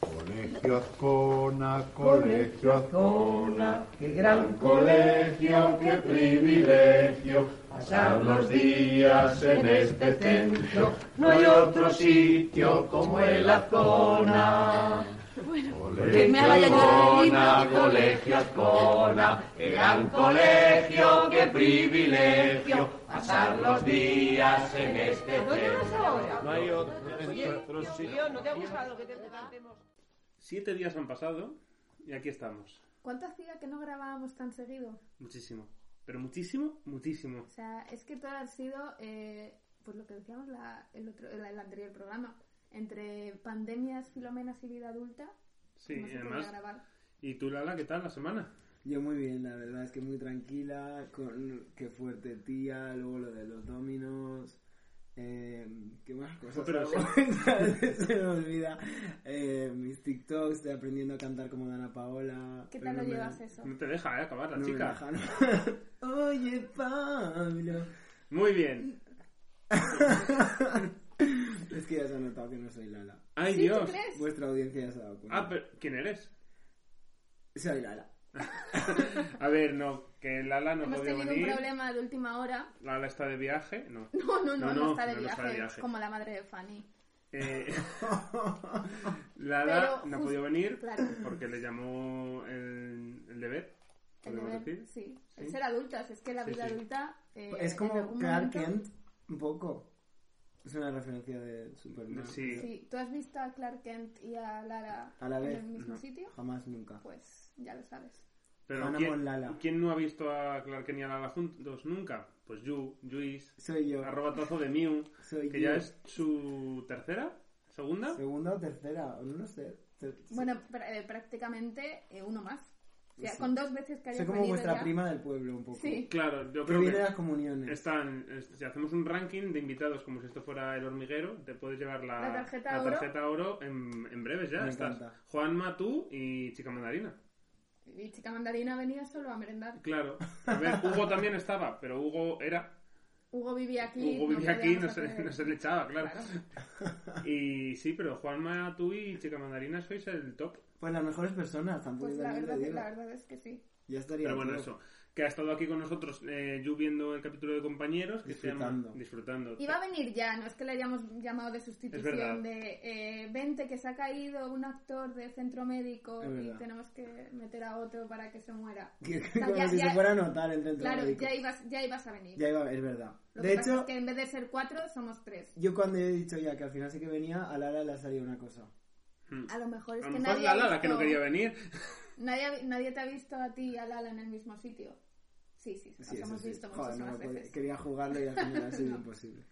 colegio Azcona, colegio Azcona, qué gran colegio, qué privilegio. Pasar los días en este centro, no hay otro sitio como el Azcona. Que me haga llorar el himno. Azcona, colegio Azcona, qué gran colegio, qué privilegio. Pasar los días en este centro. ahora? No hay otro sitio. ¿no te ha gustado que te cantemos? Siete días han pasado y aquí estamos. ¿Cuánto hacía que no grabábamos tan seguido? Muchísimo. Pero muchísimo, muchísimo. O sea, es que todo ha sido, eh, pues lo que decíamos la, el, otro, el, el anterior programa, entre pandemias, filomenas y vida adulta, Sí, no y se podía además. grabar. ¿Y tú, Lala, qué tal la semana? Yo muy bien, la verdad es que muy tranquila, con qué fuerte tía, luego lo de los dominos, eh, qué más cosas. Pero hago? se me olvida. Eh, mis TikToks, estoy aprendiendo a cantar como Dana Paola. ¿Qué pero tal lo no me- llevas eso? No te deja eh, acabar la no me chica. deja, ¿no? Oye, Pablo. Muy bien. Es que ya se ha notado que no soy Lala. ¡Ay, ¿Sí, Dios! tú crees? Vuestra audiencia ya se ha dado cuenta. Ah, pero ¿quién eres? Soy Lala. A ver, no, que Lala no Hemos podía tenido venir. un problema de última hora. Lala está de viaje. No. No, No, no, no, no, no, está, de no, no está viaje, de viaje. como la madre de Fanny. Eh, Lala Pero no ha jus- podido venir claro. porque le llamó el, el deber. El ¿podemos deber, decir? sí. El Sí. ser adultas, es que la Sí, vida sí. adulta... eh, Pues Es en como algún Clark momento- Kent, un poco. Es una referencia de Superman. Sí. Sí, ¿tú has visto a Clark Kent y a Lara A la vez, en el mismo no. sitio? Jamás, nunca. Pues ya lo sabes. Pero Ana ¿quién, con Lala. quién no ha visto a Clark Kent y a Lala juntos nunca? Pues Yu, Luis, Soy yo. arroba tozo de Mew, Soy que yo. ya es su tercera, segunda. Segunda o tercera, o no lo sé. Ter- Bueno, pr- eh, prácticamente eh, uno más. O sea, Sí. con dos veces que soy hayas como venido vuestra ya. prima del pueblo, un poco. Sí. Claro, yo Que creo viene de que las comuniones. están. es- Si hacemos un ranking de invitados como si esto fuera el hormiguero, te puedes llevar la, La tarjeta oro. tarjeta oro en, en breves ya. Me Estás encanta. Juanma, tú y Chica Mandarina. Y Chica Mandarina venía solo a merendar. Claro. A ver, Hugo también estaba, pero Hugo era. Hugo vivía aquí. Hugo vivía aquí, no podíamos se, hacer- no se le echaba, claro. Claro. Y sí, pero Juanma, tú y Chica Mandarina sois el top. Pues las mejores personas, tampoco Pues yo la también lo verdad, digo. la verdad es que sí. Ya estaría Pero bueno, todo. eso. Que ha estado aquí con nosotros, eh, Yu viendo el capítulo de compañeros, que se llama Disfrutando. Disfrutando. Iba a venir ya, no es que le hayamos llamado de Es verdad. sustitución de eh, vente que se ha caído un actor de centro médico Es y verdad. tenemos que meter a otro para que se muera. Que- No, como ya- si ya- se fuera a notar el centro Claro, médico. ya ibas, ya ibas a venir. Ya iba- es verdad. Lo de que hecho, pasa es que en vez de ser cuatro, somos tres. yo cuando he dicho ya que al final sí que venía, a Lara le salía una cosa. Hmm. A lo mejor es A que lo mejor nadie, la ha Lala, visto- que no quería venir. nadie, ha- nadie te ha visto a ti y a Lala en el mismo sitio. Sí, sí, nos Sí, eso hemos sí. visto Joder, no muchísimas lo podía- veces. Quería jugarlo y al final ha sido No. imposible.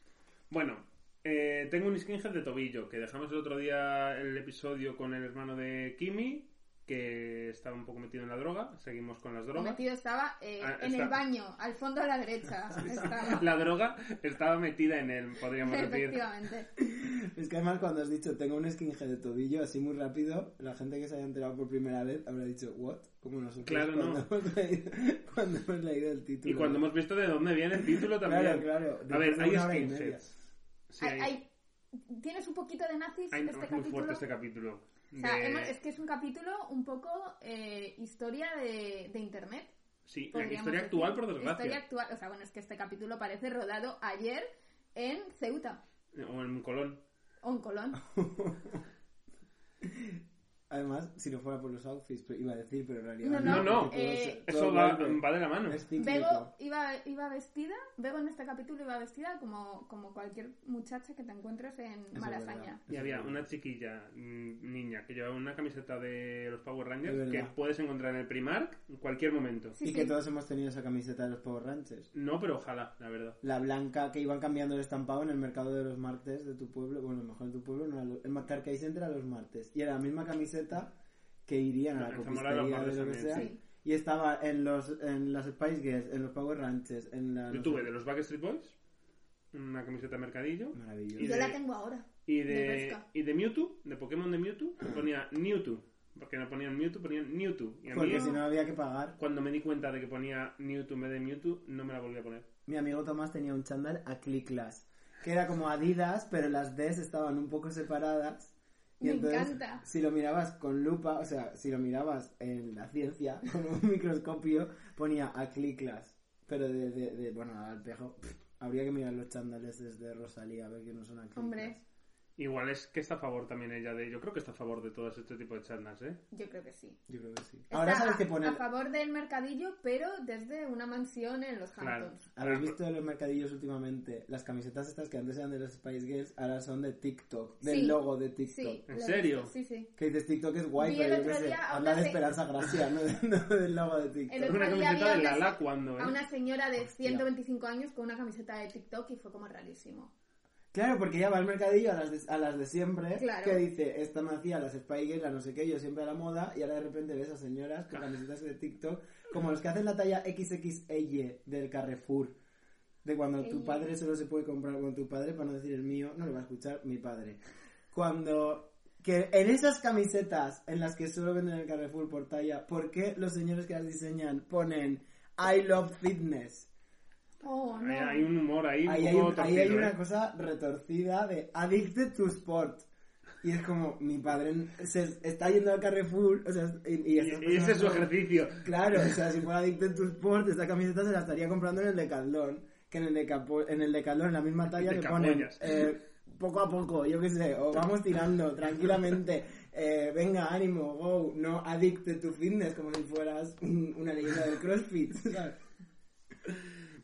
Bueno, eh, tengo un skinhead de tobillo, que dejamos el otro día el episodio con el hermano de Kimi, que estaba un poco metido en la droga. Seguimos con las drogas. Metido estaba eh, Ah, en está. el baño, al fondo a la derecha. estaba. La droga estaba metida en él, podríamos decir. Efectivamente. Es que además cuando has dicho tengo un skinhead de tobillo así muy rápido, la gente que se haya enterado por primera vez habrá dicho what, como nosotros Claro, cuando, no. hemos leído, cuando hemos leído el título. Y cuando hemos visto de dónde viene el título también. Claro, claro. A ver, Después de hay una hora y skinheads. Sí, hay, Hay- hay- ¿Tienes un poquito de nazis hay- este es muy capítulo? fuerte este capítulo. O sea, De- hemos- es que es un capítulo un poco eh, historia de, de internet. Sí, la podríamos historia decir. actual, por desgracia. Historia actual, o sea, bueno, es que este capítulo parece rodado ayer en Ceuta O en Colón. o en Colón. Además, si no fuera por los outfits, pero- iba a decir, pero en realidad... No, No, no, porque todo eh, se- todo Eso va, vuelve. va de la mano. Es cíclico. Bego iba, iba vestida, Bego en este capítulo iba vestida como, como cualquier muchacha que te encuentres en es Malasaña. verdad. Y había una chiquilla, mm, niña, que llevaba una camiseta de los Power Rangers Es que verdad. puedes encontrar en el Primark en cualquier momento. Sí, y sí. que todos hemos tenido esa camiseta de los Power Rangers. No, pero ojalá, la verdad. La blanca que iban cambiando el estampado en el mercado de los martes de tu pueblo. Bueno, a lo mejor de tu pueblo, no, era lo- el mercado que hay siempre era los martes. Y era la misma camiseta que irían a la En Zamora los copistería de martes lo que también, sea. sí. Y estaba en los en las Spice Girls, en los Power Rangers, en la... Yo tuve de los Backstreet Boys, una camiseta de mercadillo, Maravilloso. Y Yo la de- tengo ahora. y De de, pesca. y de Mewtwo, de Pokémon de Mewtwo, que ponía Mewtwo. Porque no ponían Mewtwo, ponían Mewtwo. Y a mí, Porque pues si no había que pagar. cuando me di cuenta de que ponía Mewtwo en vez de Mewtwo, no me la volví a poner. Mi amigo Tomás tenía un chándal a Click Class, que era como Adidas, pero las Ds estaban un poco separadas Y Me entonces, encanta. Si lo mirabas con lupa, o sea, si lo mirabas en la ciencia, con un microscopio, ponía a Class. Pero de, de, de- bueno, al pejo. pff, habría que mirar los chándales desde Rosalía a ver que no son Acliclas. Hombre, Igual es que está a favor también ella de. Yo creo que está a favor de todos este tipo de charnas, ¿eh? yo creo que sí. Yo creo que sí. Está Ahora sabes a- que A poner. favor del mercadillo, pero desde una mansión en los Claro. Hamptons. ¿Habéis visto en los mercadillos últimamente? Las camisetas estas que antes eran de los Spice Girls, ahora son de TikTok, del Sí. logo de TikTok. Sí. ¿En lo he serio? visto, Sí, sí. Que dices TikTok es guay, Vi pero el yo qué otro sé. día a Habla una de se- Esperanza Gracia, no, no del logo de El TikTok. otro Una día camiseta de había una- Lala cuando, ¿eh? A una señora de Hostia. 125 años con una camiseta de TikTok y fue como rarísimo. Claro, porque ella va al mercadillo a las de, a las de siempre, Claro. que dice, esta me hacía las Spice Girls, la no sé qué, yo siempre a la moda, y ahora de repente ves a señoras con camisetas de TikTok, como los que hacen la talla XXL del Carrefour, de cuando tu Ey. padre solo se puede comprar con tu padre, para no decir el mío, no le va a escuchar mi padre. Cuando... Que en esas camisetas en las que solo venden en el Carrefour por talla, ¿por qué los señores que las diseñan ponen I love fitness? Oh, no. Hay, hay un humor ahí, un ahí hay, poco un- ahí torcido, hay ¿eh? una cosa retorcida de addicted to sport. Y es como, mi padre se está yendo al Carrefour, o sea, y, y estas Y- y ese es su personas- ejercicio. Claro, o sea, si fuera addicted to sport, esta camiseta se la estaría comprando en el Decathlon, que en el, Decapo- en el Decathlon, en la misma talla De le ponen capollas. eh, poco a poco, yo qué sé, o vamos tirando tranquilamente, eh, venga, ánimo, go, no addicted to fitness, como si fueras un- una leyenda del CrossFit, ¿sabes?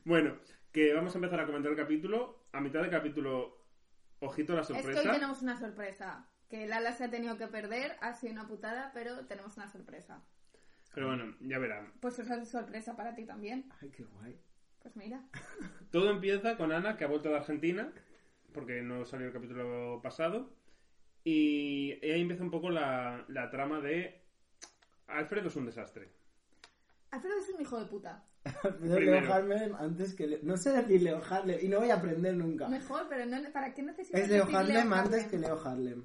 Bueno, que vamos a empezar a comentar el capítulo. A mitad del capítulo, ojito a la Es sorpresa. que hoy tenemos una sorpresa. Que Lala se ha tenido que perder, ha sido una putada, pero tenemos una sorpresa. Pero bueno, ya verán. Pues esa es sorpresa para ti también. Ay, qué guay. Pues mira. Todo empieza con Ana, que ha vuelto de Argentina, porque no salió el capítulo pasado. Y ahí empieza un poco la, la trama de. Alfredo es un desastre. Alfredo es un hijo de puta. Alfredo Primero. Leo Harlem antes que... Leo- No sé decir Leo Harlem y no voy a aprender nunca. Mejor, pero no, ¿para qué necesitas Es Leo decir Harlem Leo antes Harlem? que Leo Harlem.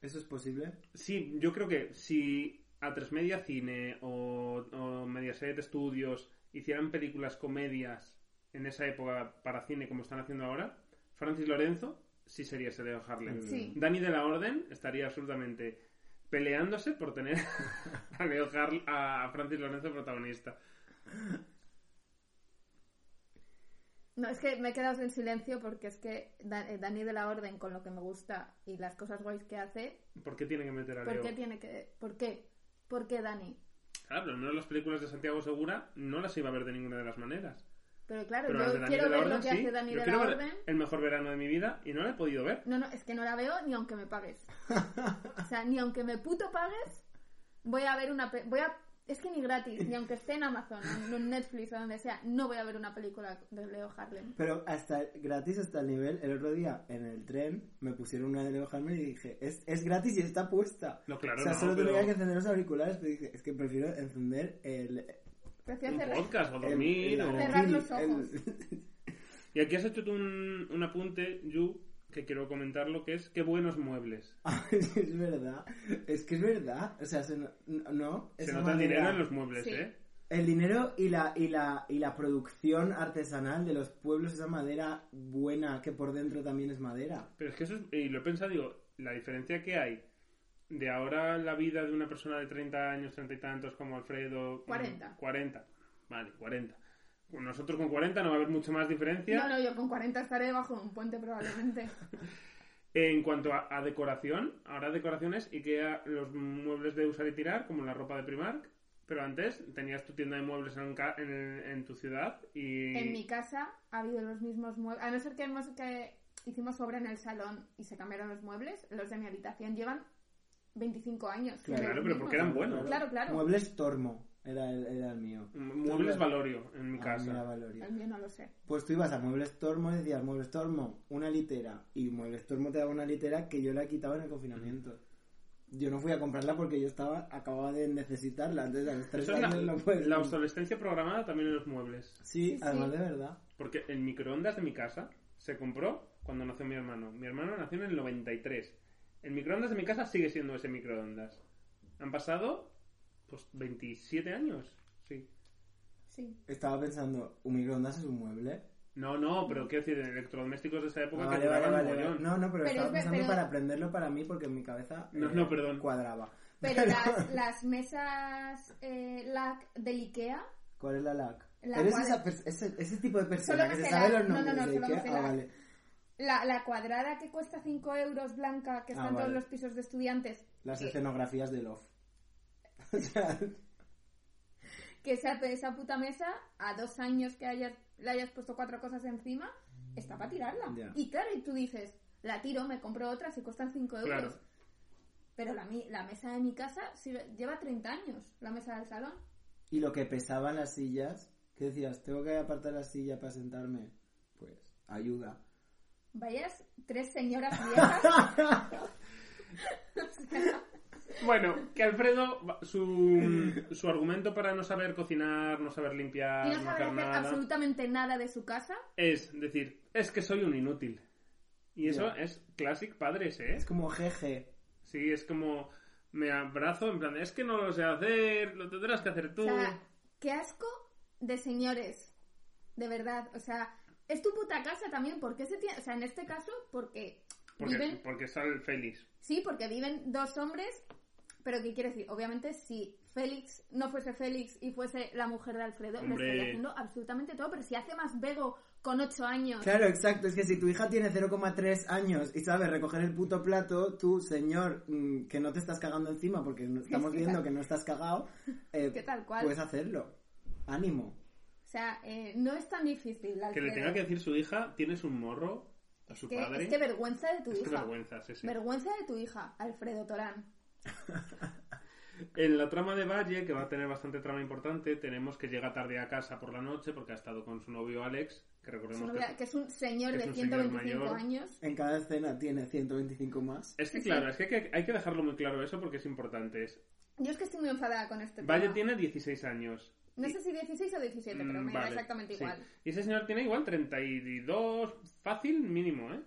¿Eso es posible? Sí, yo creo que si a tres media cine o, o Mediaset Studios hicieran películas comedias en esa época para cine como están haciendo ahora, Francis Lorenzo sí sería ese Leo Harlem. Sí. Mm. Dani de la Orden estaría absolutamente peleándose por tener a, Leo Harl- a Francis Lorenzo protagonista. No, es que me he quedado en silencio porque es que Da- eh, Dani de la Orden, con lo que me gusta y las cosas guays que hace, ¿Por qué tiene que meter a ¿por Leo? qué tiene que...? ¿Por qué? ¿Por qué Dani? Claro, no las películas de Santiago Segura no las iba a ver de ninguna de las maneras. Pero claro, Pero las de yo Dani quiero de la ver lo Orden que sí. hace Dani Yo de la quiero ver Orden. el mejor verano de mi vida y no la he podido ver. No, no, es que no la veo ni aunque me pagues. O sea, ni aunque me puto pagues, voy a ver una... pe- Voy a... Es que ni gratis, ni aunque esté en Amazon, en en Netflix o donde sea, no voy a ver una película de Leo Harlem. Pero hasta gratis hasta el nivel. El otro día en el tren me pusieron una de Leo Harlem y dije, es, es gratis y está puesta. No, claro, o sea, no, solo pero- tenía que encender los auriculares, pero dije, es que prefiero encender el... Prefiero Un cerrar- podcast o el- dormir el- o- Cerrar los el- ojos. Y aquí has hecho tú un, un apunte, Yu, que quiero comentarlo, que es qué buenos muebles. Ay, es verdad. Es que es verdad. O sea, se no... no, Se esa nota el manera- dinero en los muebles, Sí. ¿eh? El dinero y la, y, la, y la producción artesanal de los pueblos, esa madera buena que por dentro también es madera. Pero es que eso es, y lo he pensado, digo, la diferencia que hay de ahora la vida de una persona de 30 años, 30 y tantos como Alfredo... mm, 40. 40, vale, 40. Con Nosotros con 40 no va a haber mucha más diferencia No, no, yo con 40 estaré debajo de un puente probablemente. en cuanto a, a decoración. Ahora decoraciones y que los muebles de usar y tirar, como la ropa de Primark. Pero antes tenías tu tienda de muebles en, ca- en, en tu ciudad y... En mi casa ha habido los mismos muebles, a no ser que, hemos, que hicimos obra en el salón y se cambiaron los muebles, los de mi habitación llevan 25 años. Claro, Los pero mismos. porque eran buenos. Claro, claro. Muebles Tormo era el, era el mío. Muebles Valorio en mi Ah, casa. mira, Valorio. El mío no lo sé. Pues tú ibas a Muebles Tormo y decías, Muebles Tormo, una litera. Y Muebles Tormo te daba una litera que yo la he quitado en el confinamiento. Yo no fui a comprarla porque yo estaba acababa de necesitarla. Entonces, a los tres Eso es la, años Pues no puedes- la obsolescencia programada también en los muebles. Sí, Sí, además sí. de verdad. Porque el microondas de mi casa se compró cuando nació mi hermano. Mi hermano nació en el 93. El microondas de mi casa sigue siendo ese microondas. Han pasado, pues, 27 años. Sí. Sí. Estaba pensando, ¿un microondas es un mueble? No, no, pero quiero decir, en electrodomésticos de esta época Ah, que vale, vale, duraban vale, mogollón. No, no, pero, Pero estaba es ver- pensando pero- para aprenderlo para mí porque en mi cabeza eh, No, no, perdón. cuadraba. Pero las, las mesas eh, lac del Ikea, ¿Cuál es la LAC? La ¿Eres cual- esa pers- ese, ese tipo de persona que Solo me se sé sabe la- los no, no, nombres no, de solo me Ikea? sé Ah, la- vale. la, la cuadrada que cuesta 5 euros blanca, que Ah, está en todos vale. los pisos de estudiantes, Las que, escenografías de Love. O sea, que esa, esa puta mesa, a dos años que hayas, le hayas puesto cuatro cosas encima, está para tirarla. Ya. Y claro, y tú dices, la tiro, me compro otra, si cuestan 5 euros. Claro. Pero la, mi- la mesa de mi casa sigue- lleva 30 años, la mesa del salón. y lo que pesaban las sillas, que decías, tengo que apartar la silla para sentarme. Pues, ayuda. Vayas tres señoras viejas. Bueno, que Alfredo, su, su argumento para no saber cocinar, no saber limpiar, y no no sabe hacer hacer nada, absolutamente nada de su casa. es decir, es que soy un inútil. Y eso Ya. es classic padres, ¿eh? Es como jeje. Sí, es como me abrazo en plan, es que no lo sé hacer, lo tendrás que hacer O tú. sea, qué asco de señores. De verdad. O sea, es tu puta casa también. ¿Por qué se tiene.? O sea, en este caso, porque. porque, Viven, porque sale Félix. sí, porque viven dos hombres. Pero ¿qué quiere decir? Obviamente, si Félix no fuese Félix y fuese la mujer de Alfredo, le Hombre. estaría haciendo absolutamente todo. Pero si hace más vego con ocho años. Claro, exacto. Es que si tu hija tiene 0,3 años y sabe recoger el puto plato, tú, señor, mm, que no te estás cagando encima porque no- estamos que viendo tal- que no estás cagado, eh, Que tal cual. puedes hacerlo. Ánimo. O sea, eh, no es tan difícil. Que Alfredo. le tenga que decir su hija, tienes un morro a su Es que- padre. es que vergüenza de tu Es que hija. vergüenza, sí, sí. Vergüenza de tu hija, Alfredo Torán. En la trama de Valle, que va a tener bastante trama importante, tenemos que llega tarde a casa por la noche porque ha estado con su novio Alex, que Es un recordemos hombre- que... que es un señor que es de un señor 125 mayor. años. En cada escena tiene 125 más. Es que Sí, sí. claro, es que hay, que hay que dejarlo muy claro eso porque es importante. Es- Yo es que estoy muy enfadada con este Valle tema. tiene 16 años. No Y- sé si 16 o 17, pero Mm, me da vale, exactamente sí. igual. Y ese señor tiene igual 32, fácil mínimo, ¿eh?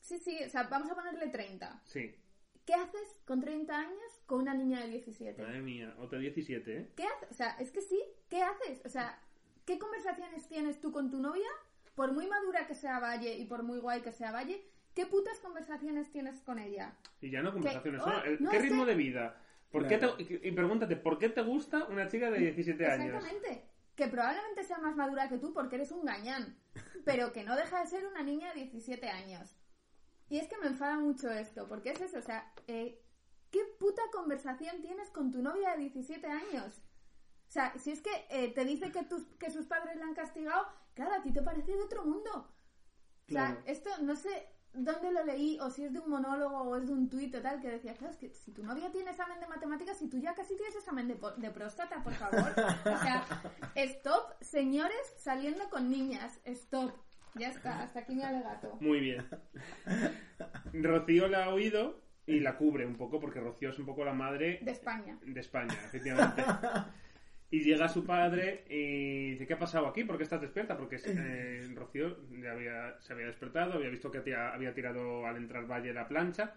Sí, sí, o sea, vamos a ponerle 30. Sí. ¿Qué haces con 30 años con una niña de 17? Madre mía, otra 17, ¿eh? ¿Qué haces? O sea, es que sí, ¿qué haces? O sea, ¿qué conversaciones tienes tú con tu novia? Por muy madura que sea Valle y por muy guay que sea Valle, ¿qué putas conversaciones tienes con ella? Y ya no conversaciones, Que- ¿no? oh, El- no, ¿Qué es ritmo que- de vida? ¿Por Claro. qué te- y pregúntate, ¿por qué te gusta una chica de 17 años? Exactamente. Que probablemente sea más madura que tú porque eres un gañán. Pero que no deja de ser una niña de 17 años. Y es que me enfada mucho esto, porque es eso, o sea, eh, ¿qué puta conversación tienes con tu novia de 17 años? O sea, si es que eh, te dice que, tus, que sus padres la han castigado, claro, a ti te parece de otro mundo. Claro. O sea, esto no sé dónde lo leí, o si es de un monólogo o es de un tuit o tal, que decía, claro, es que si tu novia tiene examen de matemáticas, si tú ya casi tienes examen de, po- de próstata, por favor. O sea, stop, señores saliendo con niñas, stop. Ya está, hasta aquí mi alegato. Muy bien. Rocío la ha oído y la cubre un poco porque Rocío es un poco la madre De España. de España, efectivamente. Y llega su padre y dice, ¿qué ha pasado aquí? ¿Por qué estás despierta? Porque eh, Rocío ya había, se había despertado, había visto que tira- había tirado al entrar Valle la plancha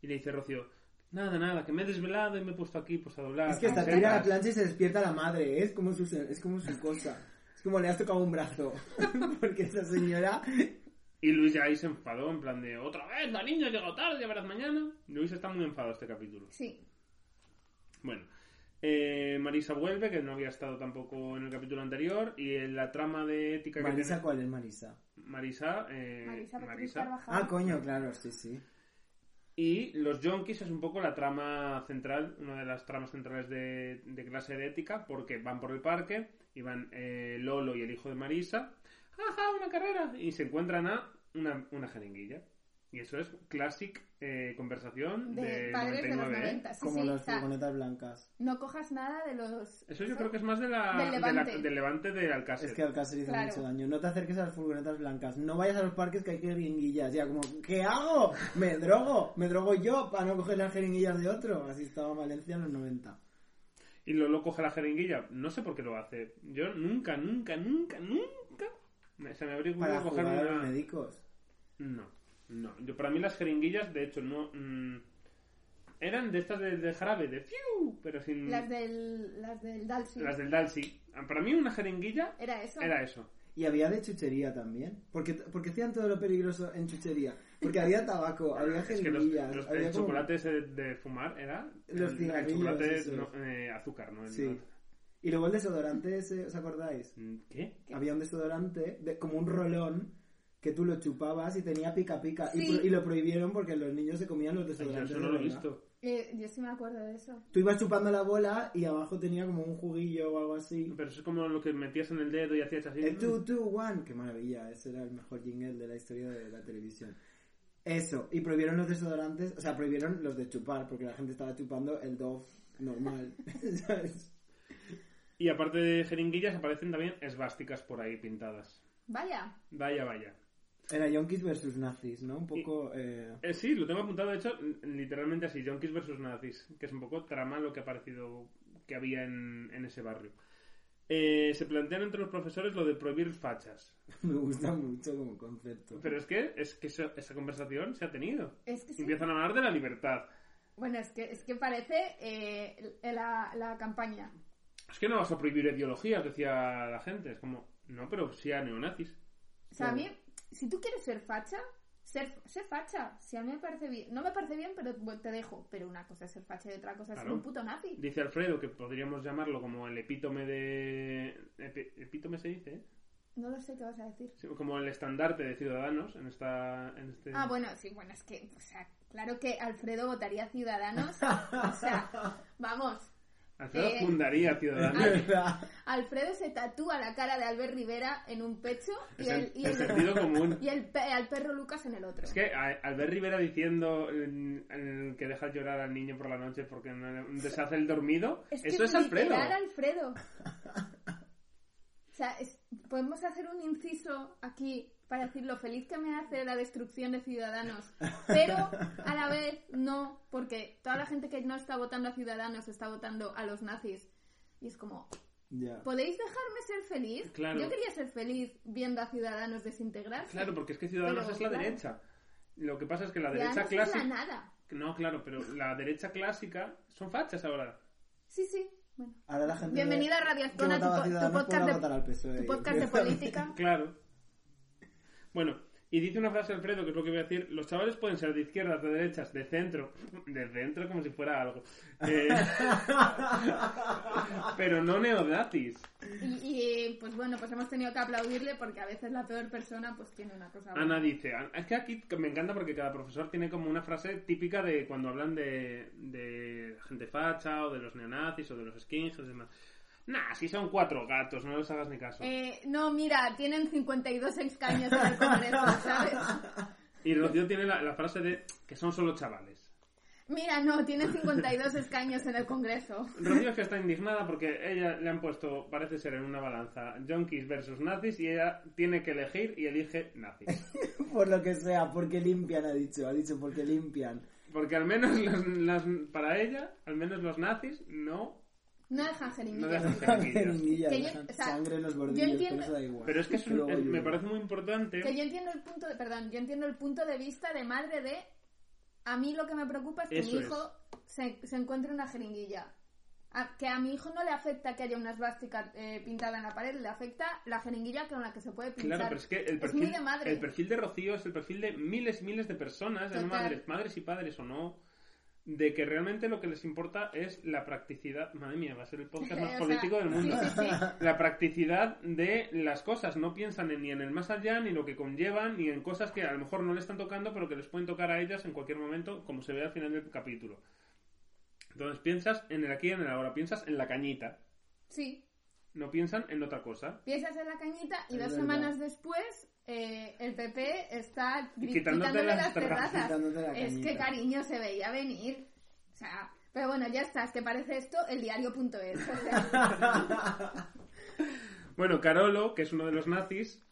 y le dice Rocío, nada, nada, que me he desvelado y me he puesto aquí pues a doblar. Es que hasta camisetas". tira la plancha y se despierta la madre, ¿eh? es como su, es como su cosa. Es como le has tocado un brazo. Porque esa señora. Y Luis ya ahí se enfadó en plan de, otra vez, la niña llegó tarde, ya verás mañana. Luis está muy enfadado este capítulo. Sí. Bueno, eh, Marisa vuelve, que no había estado tampoco en el capítulo anterior, y en la trama de ética que Marisa, tiene ¿cuál es Marisa? Marisa, eh, Marisa, Beatriz Marisa. Carvajal. Ah, coño, claro, sí, sí. y los yonkis es un poco la trama central, una de las tramas centrales de, de clase de ética, porque van por el parque y van eh, Lolo y el hijo de Marisa, ¡ajá, una carrera! Y se encuentran a una, una jeringuilla. Y eso es classic eh, conversación de de, padres de los 99, ¿eh? 90. Ah, Sí, Como sí, las o sea, furgonetas blancas. no cojas nada de los... Eso yo creo que es más de la, Del de la- Levante. del levante de Alcácer. Es que Alcácer hizo Claro. mucho daño. No te acerques a las furgonetas blancas. No vayas a los parques que hay jeringuillas. Ya, como, ¿qué hago? Me drogo. Me drogo yo para no coger las jeringuillas de otro. Así estaba Valencia en los 90. y Lolo coge la jeringuilla. No sé por qué lo hace. Yo nunca, nunca, nunca, nunca me- se me habría Para ocurrido coger jugar a los una. médicos. No, no. Yo, para mí las jeringuillas, de hecho, no. mm, eran de estas de, de jarabe, de fiu, pero sin. Las del, las del Dalsy. las del Dalsy. Para Ah, mí una jeringuilla Era eso. era eso. Y había de chuchería también. Porque, porque hacían todo lo peligroso en chuchería. Porque había tabaco, había Es que los, jeringuillas. los- había el como- chocolate ese de, de fumar era Los el, el cigarrillos, chocolate esos. no, eh, azúcar, ¿no? El- Sí. Y luego el desodorante ese, ¿os acordáis? Mm, ¿Qué? Había un desodorante, de- como un rolón, que tú lo chupabas y tenía pica pica. Y Sí. pro- Y, lo prohibieron porque los niños se comían los Ay, yo desodorantes. eso no de lo he verdad. visto. Eh, yo sí me acuerdo de eso. Tú ibas chupando la bola y abajo tenía como un juguillo o algo así. Pero eso es como lo que metías en el dedo y hacías así. El mm. 2, 2, 1. Qué maravilla. Ese era el mejor jingle de la historia de la televisión. Eso. Y prohibieron los desodorantes. O sea, prohibieron los de chupar. Porque la gente estaba chupando el Dove normal. ¿Sabes? Y aparte de jeringuillas aparecen también esvásticas por ahí pintadas. Vaya. Vaya, vaya. Era Yonkis versus nazis, ¿no? Un poco. eh, Eh, sí, lo tengo apuntado, de hecho, n- literalmente así, Yonkis versus Nazis, que es un poco trama lo que ha parecido que había en, en ese barrio. Eh, se plantean entre los profesores lo de prohibir fachas. me gusta mucho como concepto. Pero es que, es que eso- esa conversación se ha tenido. Es que sí. Empiezan a hablar de la libertad. Bueno, es que, es que parece eh, la, la campaña. Es que no vas a prohibir ideologías, decía la gente. Es como, no, pero sí a neonazis. O sea, a Claro. mí, si tú quieres ser facha, ser, sé facha. Si a mí me parece bien, no me parece bien, pero bueno, te dejo. Pero una cosa es ser facha y otra cosa es ser Claro. un puto nazi. Dice Alfredo que podríamos llamarlo como el epítome de... epi- ¿Epítome se dice? eh? No lo sé qué vas a decir. Sí, Como el estandarte de Ciudadanos en, esta, en este... Ah, bueno, sí, bueno, es que, o sea, claro que Alfredo votaría Ciudadanos. o sea, vamos. Alfredo Eh, fundaría Ciudadanos. ¿Verdad? Alfredo se tatúa la cara de Albert Rivera en un pecho y Es el, el, y el el- sentido común. y el pe- al perro Lucas en el otro. Es que a- Albert Rivera diciendo mm, el que deja llorar al niño por la noche porque no le- deshace el dormido, Es que eso es Alfredo. literal Alfredo. O sea, es- podemos hacer un inciso aquí para decir lo feliz que me hace la destrucción de Ciudadanos, pero a la vez no, porque toda la gente que no está votando a Ciudadanos está votando a los nazis. Y es como, Ya. ¿podéis dejarme ser feliz? Claro. Yo quería ser feliz viendo a Ciudadanos desintegrarse. Claro, porque es que Ciudadanos Pero, es la claro. derecha. Lo que pasa es que la derecha Ciudadanos es la clásica... nada. No, claro, pero la derecha clásica son fachas ahora. Sí, sí. Bueno. Ahora la gente Bienvenida a Radio que votaba Ascona, tu po- tu Ciudadanos podcast podrá de- votar al PSOE. Tu podcast de política. Claro. Bueno, y dice una frase Alfredo, que es lo que voy a decir. Los chavales pueden ser de izquierdas, de derechas, de centro. De centro como si fuera algo. Eh, pero no neodatis. Y, y, pues bueno, pues hemos tenido que aplaudirle porque a veces la peor persona pues tiene una cosa. buena. Ana dice, Ana- es que aquí me encanta porque cada profesor tiene como una frase típica de cuando hablan de, de gente facha o de los neonazis o de los skinheads y demás. Nah, si son cuatro gatos, no les hagas ni caso. Eh, no, mira, tienen 52 escaños en el Congreso, ¿sabes? Y Rocío tiene la, la frase de que son solo chavales. Mira, no, tienen 52 escaños en el Congreso. Rocío es que está indignada porque ella le han puesto, parece ser en una balanza, junkies versus nazis y ella tiene que elegir y elige nazis. Por lo que sea, porque limpian, ha dicho. Ha dicho porque limpian. Porque al menos las- las- para ella, al menos los nazis no, No dejan no jeringuillas. dejan jeringuillas. Jeringuilla, Que yo- dejan o sea, sangre en los yo bordillos, entiendo- pero eso da igual. Pero es que es un- Luego es- me ayuda. parece muy importante. Que yo entiendo el punto de, perdón, yo entiendo el punto de vista de madre de a mí lo que me preocupa es que Eso mi hijo se, se encuentre una jeringuilla. A- que a mi hijo no le afecta que haya una esvástica eh, pintada en la pared, le afecta la jeringuilla con la que se puede pintar. Claro, pero es que el Es perfil, muy de madre. el perfil de Rocío es el perfil de miles y miles de personas, de Total. madres, madres y padres o no, de que realmente lo que les importa es la practicidad. Madre mía, va a ser el podcast más O sea, político del sí, mundo. sí, sí. La practicidad de las cosas. No piensan en- ni en el más allá, ni lo que conllevan, ni en cosas que a lo mejor no le están tocando, pero que les pueden tocar a ellas en cualquier momento, como se ve al final del capítulo. Entonces piensas en el aquí y en el ahora, piensas en la cañita, Sí, no piensan en otra cosa. piensas en la cañita y Es dos verdad. semanas después eh, el PP está gri- Quitándote quitándole las las, terrazas. terrazas. Quitándote la es cañita. que cariño se veía venir. O sea, pero bueno, ya está, es que parece esto el diario.es. o sea, Bueno, Carolo, que es uno de los nazis,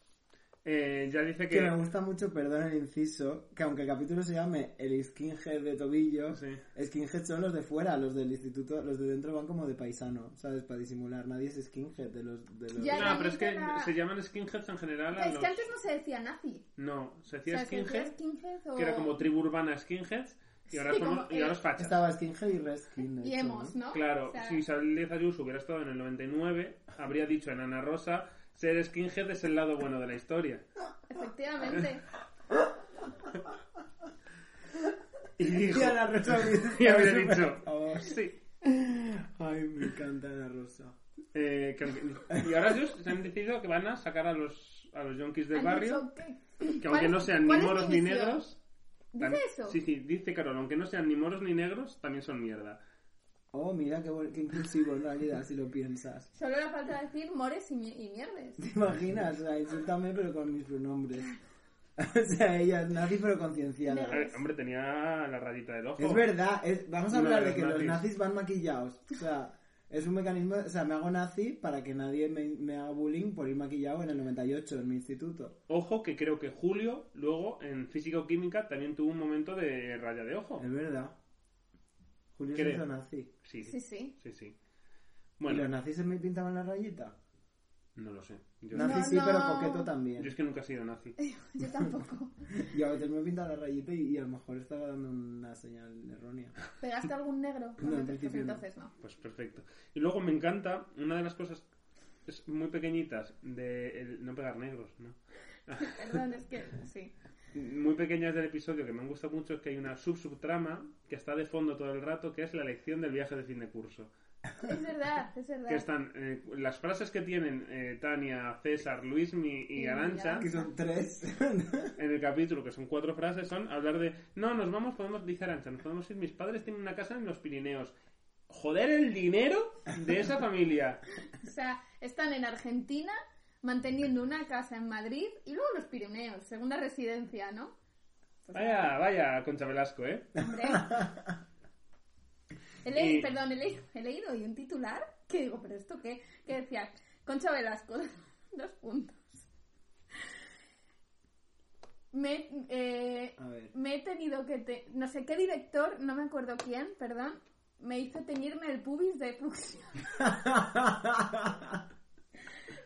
eh, ya dice que... Que me gusta mucho, perdón el inciso, que aunque el capítulo se llame El skinhead de tobillo, Sí. skinhead son los de fuera, los del instituto, los de dentro van como de paisano, ¿sabes? Para disimular, nadie es skinhead de los... De los... Ya, No, la pero es que mierda. se llaman skinheads en general a es los... que antes no se decía nazi. No, se O decía sea, se decía skinhead, skinhead o... que era como tribu urbana skinheads, y ahora, Sí, somos- como, y ahora eh, los fachas. Estaba skinhead y redskin. de Y hecho, hemos, ¿no? ¿no? Claro, O sea, si Isabel Díaz Ayuso hubiera estado en el 99, habría dicho en Ana Rosa Ser skinhead es el lado bueno de la historia. Efectivamente. Y dijo, Y Ana Rosa hubiese y había estado dicho, súper a favor. sí. Ay, me encanta Ana Rosa. Eh, que aunque- y ahora ellos se han decidido que van a sacar a los, a los yonkis del Ay, barrio, ¿eso qué? que ¿Cuál aunque es- no sean ni cuál es moros mi ni misión? negros... ¿Dice tam- eso? Sí, sí, dice Carol, aunque no sean ni moros ni negros, también son mierda. Oh, mira qué, buen- qué inclusivo en realidad, si lo piensas. Solo le falta decir mores y, mi- y mierdes. ¿Te imaginas? O sea, insultame, pero con mis pronombres. O sea, ella es nazi, pero concienciada. A ver, hombre, tenía la rayita del ojo. Es verdad, es- vamos a Uno de hablar de los que los nazis. nazis van maquillados. O sea, es un mecanismo, o sea, me hago nazi para que nadie me, me haga bullying por ir maquillado en el 98 en mi instituto. Ojo que creo que Julio, luego, en físico-química, también tuvo un momento de raya de ojo. Es verdad. Julio Creo. se hizo nazi. Sí, Sí, sí, sí. sí. sí. ¿Y los Bueno, nazis se me pintaban la rayita? no lo sé. Yo, Nazi No, sí, pero no. coqueto también. yo es que nunca he sido nazi. Yo tampoco. Y a veces me pinta la rayita y, y a lo mejor estaba dando una señal errónea. ¿Pegaste algún negro? No, en Pues principio no. entonces no. Pues perfecto. Y luego me encanta, una de las cosas es muy pequeñitas de el- no pegar negros, ¿no? Perdón, es que sí. Muy pequeñas del episodio que me han gustado mucho es que hay una sub-subtrama que está de fondo todo el rato, que es la elección del viaje de fin de curso. Es verdad, es verdad. Que están eh, las frases que tienen eh, Tania, César, Luismi y Y Arancha Que son tres. en el capítulo, que son cuatro frases, son hablar de no, nos vamos, podemos, dice Arancha, nos podemos ir, mis padres tienen una casa en los Pirineos. Joder el dinero de esa familia. O sea, están en Argentina manteniendo una casa en Madrid y luego los Pirineos, segunda residencia, ¿no? Pues, Vaya, vaya, Concha Velasco, ¿eh? Hombre. He leído- Y- Perdón, he leído, he leído hoy un titular que digo, ¿pero esto qué? Que decía, Concha Velasco, dos puntos. Me, eh, A ver. me he tenido que... te- no sé qué director, no me acuerdo quién, perdón, me hizo teñirme el pubis de fucsia.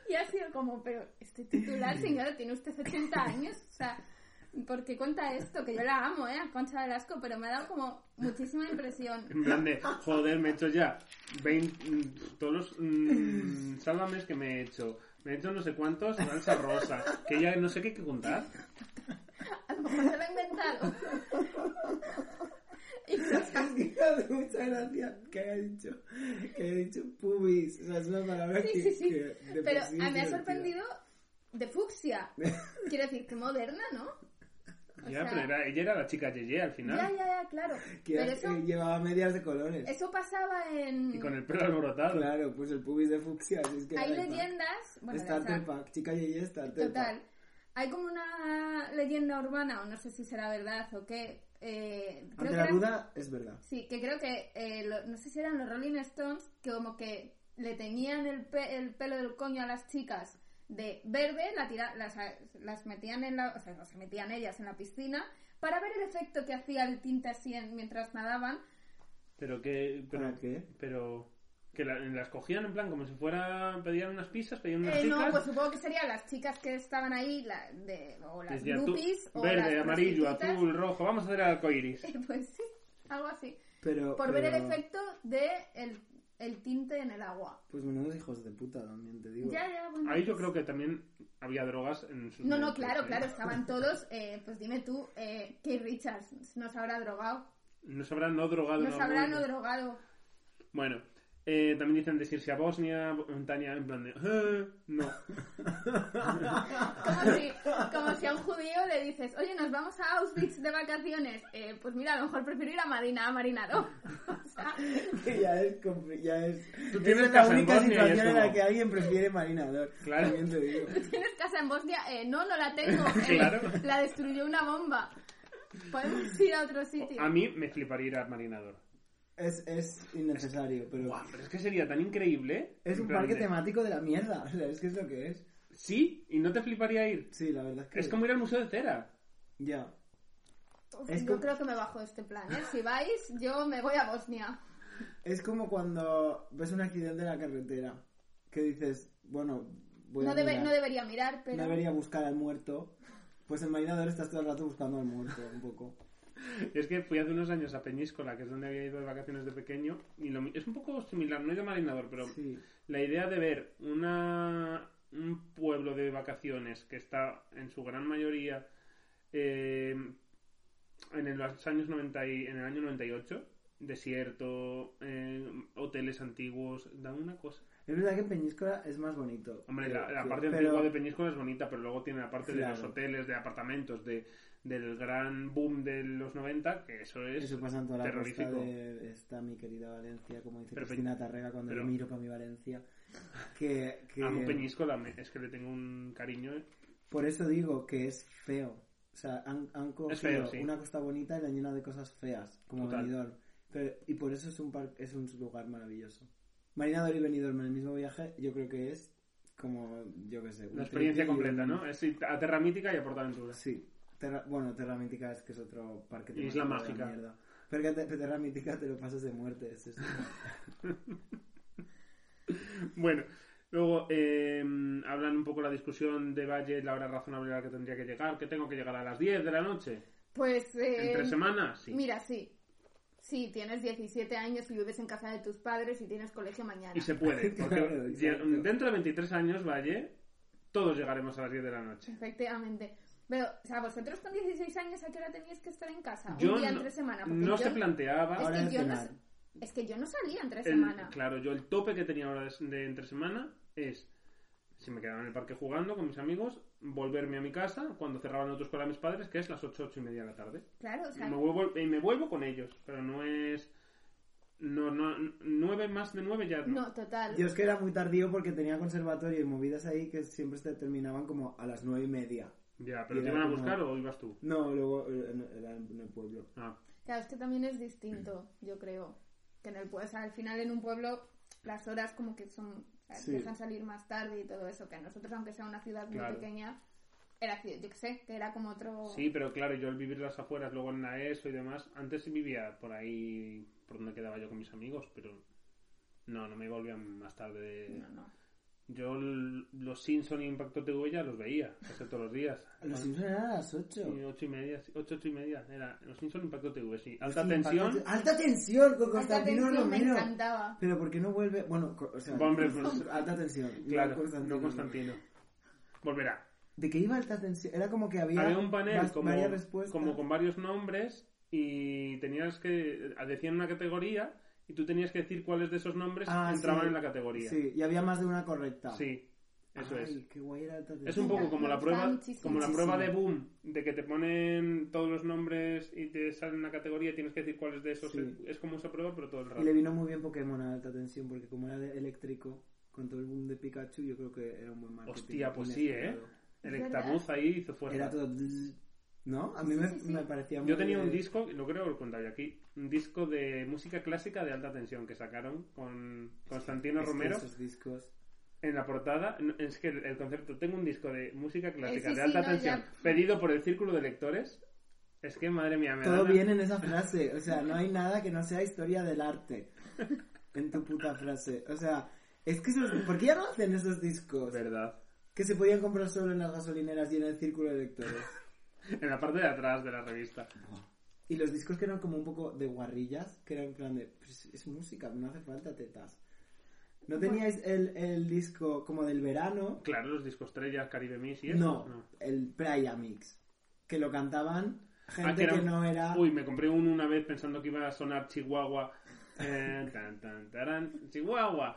y ha sido como, pero este titular, señora, tiene usted 80 años, o sea... ¿Por qué cuenta esto? Que yo la amo, ¿eh? A Concha Velasco, pero me ha dado como muchísima impresión. En plan de, joder, me he hecho ya 20, mm, todos los mm, sálvames que me he hecho. Me he hecho no sé cuántos, salsa rosa, que ya no sé qué hay que contar. A lo mejor se lo ha inventado. Y lo- Es que me hace mucha gracia que haya dicho, que haya dicho pubis. O sea, es una palabra sí, Ah, que, sí, sí. que de Pero por sí a es mí me ha divertida. sorprendido de fucsia. Quiero decir, que moderna, ¿no? O Ya, sea, pero era- ella era la chica Yeye al final. Ya, ya, ya, claro. Que Pero eh, eso, llevaba medias de colores. eso pasaba en... Y con el pelo alborotado. Claro, pues el pubis de fucsia. así es que Hay era el pack. leyendas... Bueno, Starter o sea, pack. Chica Yeye Starter Total. pack. Hay como una leyenda urbana, o no sé si será verdad o qué. eh, creo Ante que la era- duda, es verdad. Sí, que creo que, eh, lo- no sé si eran los Rolling Stones, que como que le tenían el, pe- el pelo del coño a las chicas de verde, la tira- las, las metían en la, o sea, se metían ellas en la piscina para ver el efecto que hacía el tinte así en- mientras nadaban. Pero que. Pero, ¿Para qué? pero que la- las cogían en plan como si fuera. Pedían unas pizzas, pedían unas Eh, chicas. no, pues supongo que serían las chicas que estaban ahí, la, de, o las decía, tú, groupies, o verde, las amarillo, prostitutas. azul, rojo, vamos a hacer arcoiris. Eh, pues sí, algo así. Pero, Por ver el pero- efecto de el, el tinte en el agua. Pues menudos hijos de puta también, te digo. Ya, ya, bueno. Ahí yo creo que también había drogas en sus. No, no, momentos, claro, ¿eh? claro, estaban todos, eh, pues dime tú, eh, Kate Richards nos habrá drogado, Nos habrán no drogado. nos en habrá algún- no drogado. Bueno, eh, también dicen decirse a Bosnia, Tania en plan de... "Eh, no. Como si, como si a un judío le dices, oye, nos vamos a Auschwitz de vacaciones, eh, pues mira, a lo mejor prefiero ir a Marina, a Marina, no. O sea, Que ya es. compli- Ya es Tú esa tienes es la casa en única Bosnia y es situación en la como- que alguien prefiere marinador. Claro. También te digo. ¿tienes casa en Bosnia? Eh, no, no la tengo, eh, Claro. la destruyó una bomba. Podemos ir a otro sitio. A mí me fliparía ir al marinador. Es, es innecesario, pero. Buah, pero es que sería tan increíble. ¿eh? Es En un plan parque de, temático de la mierda. O sea, es que es lo que es. Sí, y no te fliparía ir. Sí, la verdad es que. Es como ir al Museo de Cera. Ya. Uf, es yo que- creo que me bajo de este plan, ¿eh? Si vais, yo me voy a Bosnia. Es como cuando ves un accidente en la carretera. Que dices, bueno, voy No, a. debe- mirar. no debería mirar, No pero... debería buscar al muerto. Pues en marinador estás todo el rato buscando al muerto, un poco. Es que fui hace unos años a Peñíscola, que es donde había ido de vacaciones de pequeño, y lo mi- es un poco similar, no he ido a marinador, pero Sí. la idea de ver una un pueblo de vacaciones que está en su gran mayoría eh, en el- los años 90 y- en el año 98, desierto, eh, hoteles antiguos, da una cosa. Es verdad que Peñíscola es más bonito. Hombre, Pero- la, la pero- parte antigua de Peñíscola es bonita, pero luego tiene la parte de los Claro. hoteles, de apartamentos, de, del gran boom de los 90, que eso es Eso pasa en toda la costa terrorífico. de está mi querida Valencia, como dice Pero Cristina Tarrega cuando pero- le miro para mi Valencia. Que, que- Amo Peñíscola, me- es que le tengo un cariño. eh. por eso digo que es feo. O sea, han, han cogido feo, sí. una costa bonita y la han llenado de cosas feas, como Total. Benidorm. Pero- y por eso es un par- es un lugar maravilloso. Marinador y Benidorm en el mismo viaje, yo creo que es como, yo qué sé. un La trekking experiencia y completa, un- ¿no? Es ir a Terra Mítica y a Portaventura. Sí. Terra- bueno, Terra Mítica es que es otro parque Y Isla temático de Mágica. mierda. Pero que te- Terra Mítica te lo pasas de muerte. es eso. Bueno, luego eh, hablan un poco la discusión de Valle, la hora razonable a la que tendría que llegar, que tengo que llegar a las 10 de la noche. Pues. eh, ¿En tres semanas? Sí. Mira, sí. Sí, tienes 17 años y vives en casa de tus padres y tienes colegio mañana. Y se puede, porque Claro, exacto. lleg- dentro de 23 años, Valle, todos llegaremos a las 10 de la noche. Efectivamente. Pero, o sea, vosotros con 16 años, ¿a qué hora teníais que estar en casa? Yo Ah, Un día no- entre semana. porque No yo- se Es planteaba... Ahora es que, yo no, cenar. es que yo no salía entre el- semana. claro, yo el tope que tenía ahora de, de entre semana es, si me quedaba en el parque jugando con mis amigos, volverme a mi casa cuando cerraban otros con mis padres, que es las 8, 8 y media de la tarde. Claro, o sea, me vuelvo, y me vuelvo con ellos, pero no es... No, no, nueve más de nueve ya no. no, total. Yo es que era muy tardío porque tenía conservatorio y movidas ahí que siempre se terminaban como a las nueve y media. Ya, pero Y ¿te era iban a como- buscar o ibas tú? No, luego eh, en- era en el pueblo. Ah, Claro, es que también es distinto, yo creo. Que en el pueblo, o sea, al final en un pueblo las horas como que son o sea, Sí. dejan salir más tarde y todo eso. Que a nosotros, aunque sea una ciudad Claro. muy pequeña, era ci- yo que sé, que era como otro. sí, pero claro, yo al vivir las afueras, luego en la ESO y demás, antes vivía por ahí, por donde quedaba yo con mis amigos, pero no, no me volvían más tarde. No, no. Yo l- los Simpson y Impacto TV ya los veía, casi todos los días. Los Simpsons eran a las ocho. Sí, ocho y media, sí, ocho, ocho y media, era los Simpson Impacto TV, sí. Alta Sí, tensión, impactante. Alta tensión con Alta Constantino tensión me Romero. encantaba. Pero ¿por qué no vuelve? Bueno, co- o sea, Hombre, pues- alta tensión. no claro, no Constantino. Constantino. Volverá. ¿De qué iba alta tensión? Era como que había, Había un panel vas- como, varias respuestas. como con varios nombres y tenías que decían una categoría y tú tenías que decir cuáles de esos nombres Ah, entraban sí. en la categoría. Sí, y había más de una correcta. Sí, eso Ay, pues es. qué guay era alta tensión. Es un poco como la Me prueba, gustaba muchísimo. como la Muchísimo. prueba de boom, de que te ponen todos los nombres y te sale una categoría, tienes que decir cuáles de esos. Sí. Es como esa prueba, pero todo el Y le rato. vino muy bien Pokémon a alta tensión, porque como era de eléctrico, con todo el boom de Pikachu, yo creo que era un buen marketing. Hostia, pues sí, ¿eh? Inesperado. El Es Ectabuzz ahí hizo Era fuerza. todo... dzz, ¿No? A mí me, me parecía muy... Yo tenía un de- disco, lo creo que lo he contado ya aquí, un disco de música clásica de alta tensión que sacaron con Constantino es que Romero. Esos discos. En la portada, no, es que el, el concepto, tengo un disco de música clásica de Eh, sí, sí, alta no, tensión ya. pedido por el círculo de lectores. Es que, madre mía, me Todo dan a- viene en esa frase. O sea, no hay nada que no sea historia del arte. En tu puta frase. O sea, es que esos... ¿Por qué ya no hacen esos discos? Verdad. Que se podían comprar solo en las gasolineras y en el círculo de lectores. En la parte de atrás de la revista. Y los discos que eran como un poco de guarrillas, que eran en plan de, pues, es música, no hace falta tetas. ¿No teníais el, el disco como del verano? Claro, los discos estrellas, Caribe Miss y eso. No, el Playa Mix, que lo cantaban gente Ah, que, era- no era... Uy, me compré uno una vez pensando que iba a sonar Chihuahua. Eh, tan, tan, tarán, Chihuahua.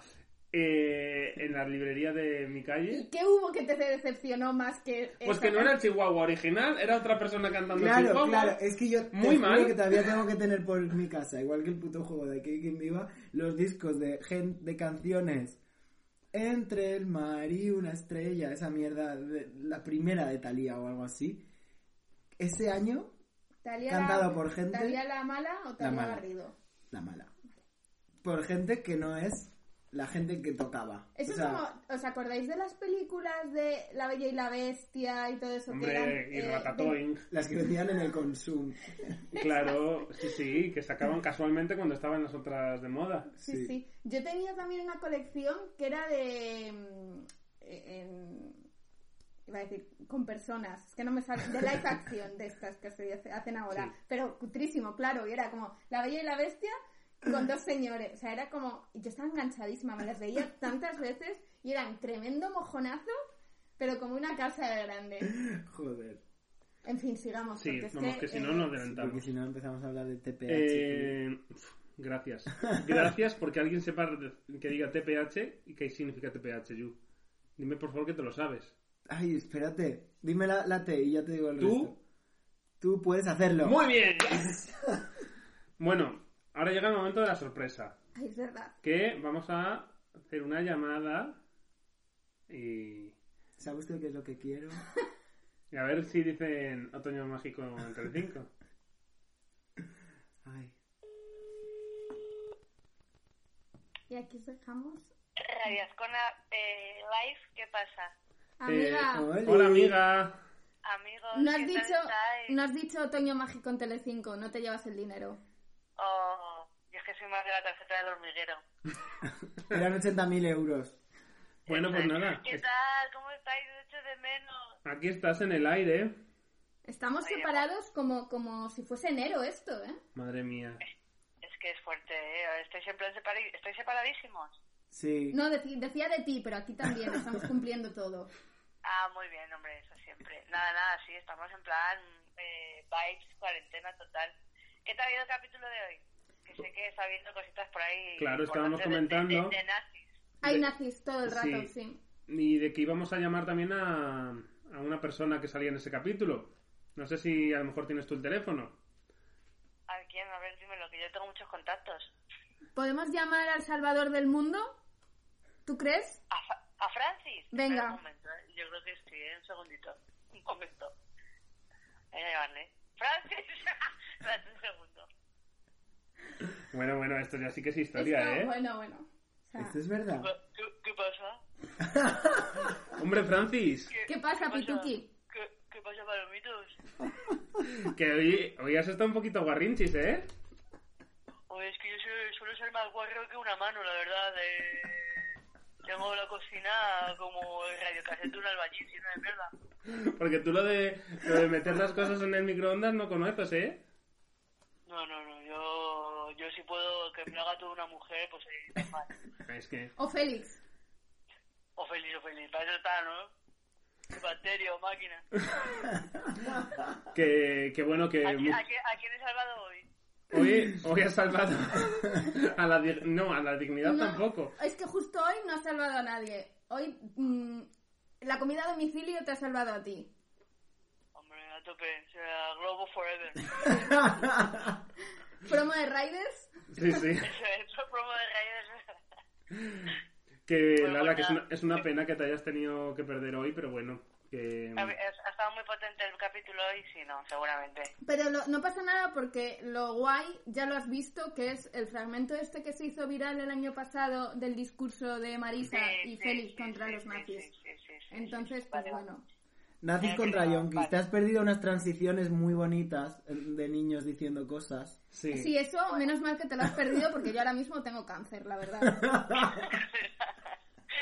Eh, en la librería de mi ¿Y calle. qué hubo que te decepcionó más que.? Pues esa que no era canción? el Chihuahua original, era otra persona cantando Claro, Chihuahua. claro, es que yo te Muy juro mal. que todavía tengo que tener por mi casa, igual que el puto juego de aquí quien viva, los discos de gen- de canciones entre el mar y una estrella, esa mierda, de- la primera de Thalía o algo así. Ese año, Talía cantado la, por gente- Talía la mala o Talía mala. Garrido. la mala. Por gente que no es la gente que tocaba. Eso O sea, es como, ¿os acordáis de las películas de La Bella y la Bestia y todo eso? que Hombre, eran, y eh, Ratatouille. Las que vendían en el Consum. Claro, sí, sí, que sacaban casualmente cuando estaban las otras de moda. Sí, sí, Yo tenía también una colección que era de. mm, eh, en- iba a decir, con personas. Es que no me sale. De live action de estas que se hace- hacen ahora. Sí. Pero cutrísimo, claro. Y era como La Bella y la Bestia con dos señores. O sea, era como. Yo estaba enganchadísima, me las veía tantas veces y eran tremendo mojonazo, pero como una casa de grande. Joder. En fin, sigamos. Sí, porque es vamos, que si no eh, nos Sí, adelantamos. porque si no empezamos a hablar de TPH. Eh, pf, gracias. Gracias porque alguien sepa de- que diga TPH y qué significa TPH, Yu. Dime por favor que te lo sabes. Ay, espérate. Dime la, la T y ya te digo el ¿Tú? resto. Tú puedes hacerlo. ¡Muy bien! Bueno, ahora llega el momento de la sorpresa. Ay, es verdad. Que vamos a hacer una llamada y, ¿Sabe usted qué es lo que quiero? y a ver si dicen Otoño Mágico en Telecinco. Ay. Y aquí os dejamos. Eh, Radiascona eh, Live, ¿qué pasa? Amiga, Oli. Eh, Hola amiga. Amigos, no, has ¿qué tal dicho, estáis? no has dicho otoño mágico en Telecinco, no te llevas el dinero. Oh, yo es que soy más de la tarjeta del hormiguero. Eran 80.000 euros. Bueno, pues nada. ¿Qué es- tal? ¿Cómo estáis? Os echo de menos. Aquí estás en el aire. Estamos separados como, como si fuese enero esto, ¿eh? Madre mía. Es que es fuerte, ¿eh? Estáis en plan separi- ¿Estáis separadísimos? Sí. No, deci- decía de ti, pero aquí también estamos cumpliendo todo. Ah, muy bien, hombre, eso siempre. Nada, nada, sí, estamos en plan eh, vibes, cuarentena total. ¿Qué te ha habido el capítulo de hoy? Que sé que está viendo cositas por ahí. Claro, estábamos importantes de- de- comentando. De, de nazis. Hay De- nazis todo el Sí. rato, sí. Y de que íbamos a llamar también a, a una persona que salía en ese capítulo. No sé si a lo mejor tienes tú el teléfono. ¿A quién? A ver, dímelo, que yo tengo muchos contactos. ¿Podemos llamar al salvador del mundo? ¿Tú crees? ¿A, Fra- a Francis? Venga. Espera Un momento, ¿eh? yo creo que sí, ¿eh? un segundito. Un momento. Voy a llamarle. ¡Francis! Espérate un segundo. Bueno, bueno, esto ya sí que es historia, Esto- ¿eh? Bueno, bueno. O sea, Esto Este es verdad. ¿Qué, qué pasa? pues- Hombre, Francis, ¿Qué pasa, Pituki? ¿Qué, qué pasa, palomitos? que hoy, hoy has estado un poquito guarrinchis, ¿eh? Oye, es que yo soy- suelo ser más guarro que una mano, la verdad. eh. Tengo la cocina como el radiocassette de un albañil, si no es mierda. Porque tú lo de, lo de meter las cosas en el microondas no conoces, ¿eh? No, no, no, yo, yo si puedo que me lo haga toda una mujer, pues eh, normal. Es que... ¿O Félix? O feliz, o feliz, para eso está, ¿no? Bacteria o máquina. Que, que bueno, que... ¿A, qui- mu- a qui- a quién he salvado hoy? Hoy, hoy has salvado a la... dig- No, a la dignidad No, tampoco. Es que justo hoy no has salvado a nadie. Hoy mm, la comida a domicilio te ha salvado a ti. Hombre, a tope, o sea, Globo Forever. Promo de Riders. Sí, sí. Eso es promo de Raiders. Que Bueno, Lala, que es bueno. una, es una pena que te hayas tenido que perder hoy, pero bueno, que... Ha ha estado muy potente el capítulo hoy, sí, no, seguramente. Pero lo- no pasa nada porque lo guay ya lo has visto, que es el fragmento este que se hizo viral el año pasado del discurso de Marisa Sí, y sí, Félix sí, contra sí, los sí, nazis. sí, sí, sí, sí, sí. Entonces, pues Vale, vale. bueno. Nazis Eh, contra pero- Yonkis. vale. Te has perdido unas transiciones muy bonitas eh, de niños diciendo cosas. Sí. Sí, eso, menos mal que te lo has perdido porque yo ahora mismo tengo cáncer, la verdad.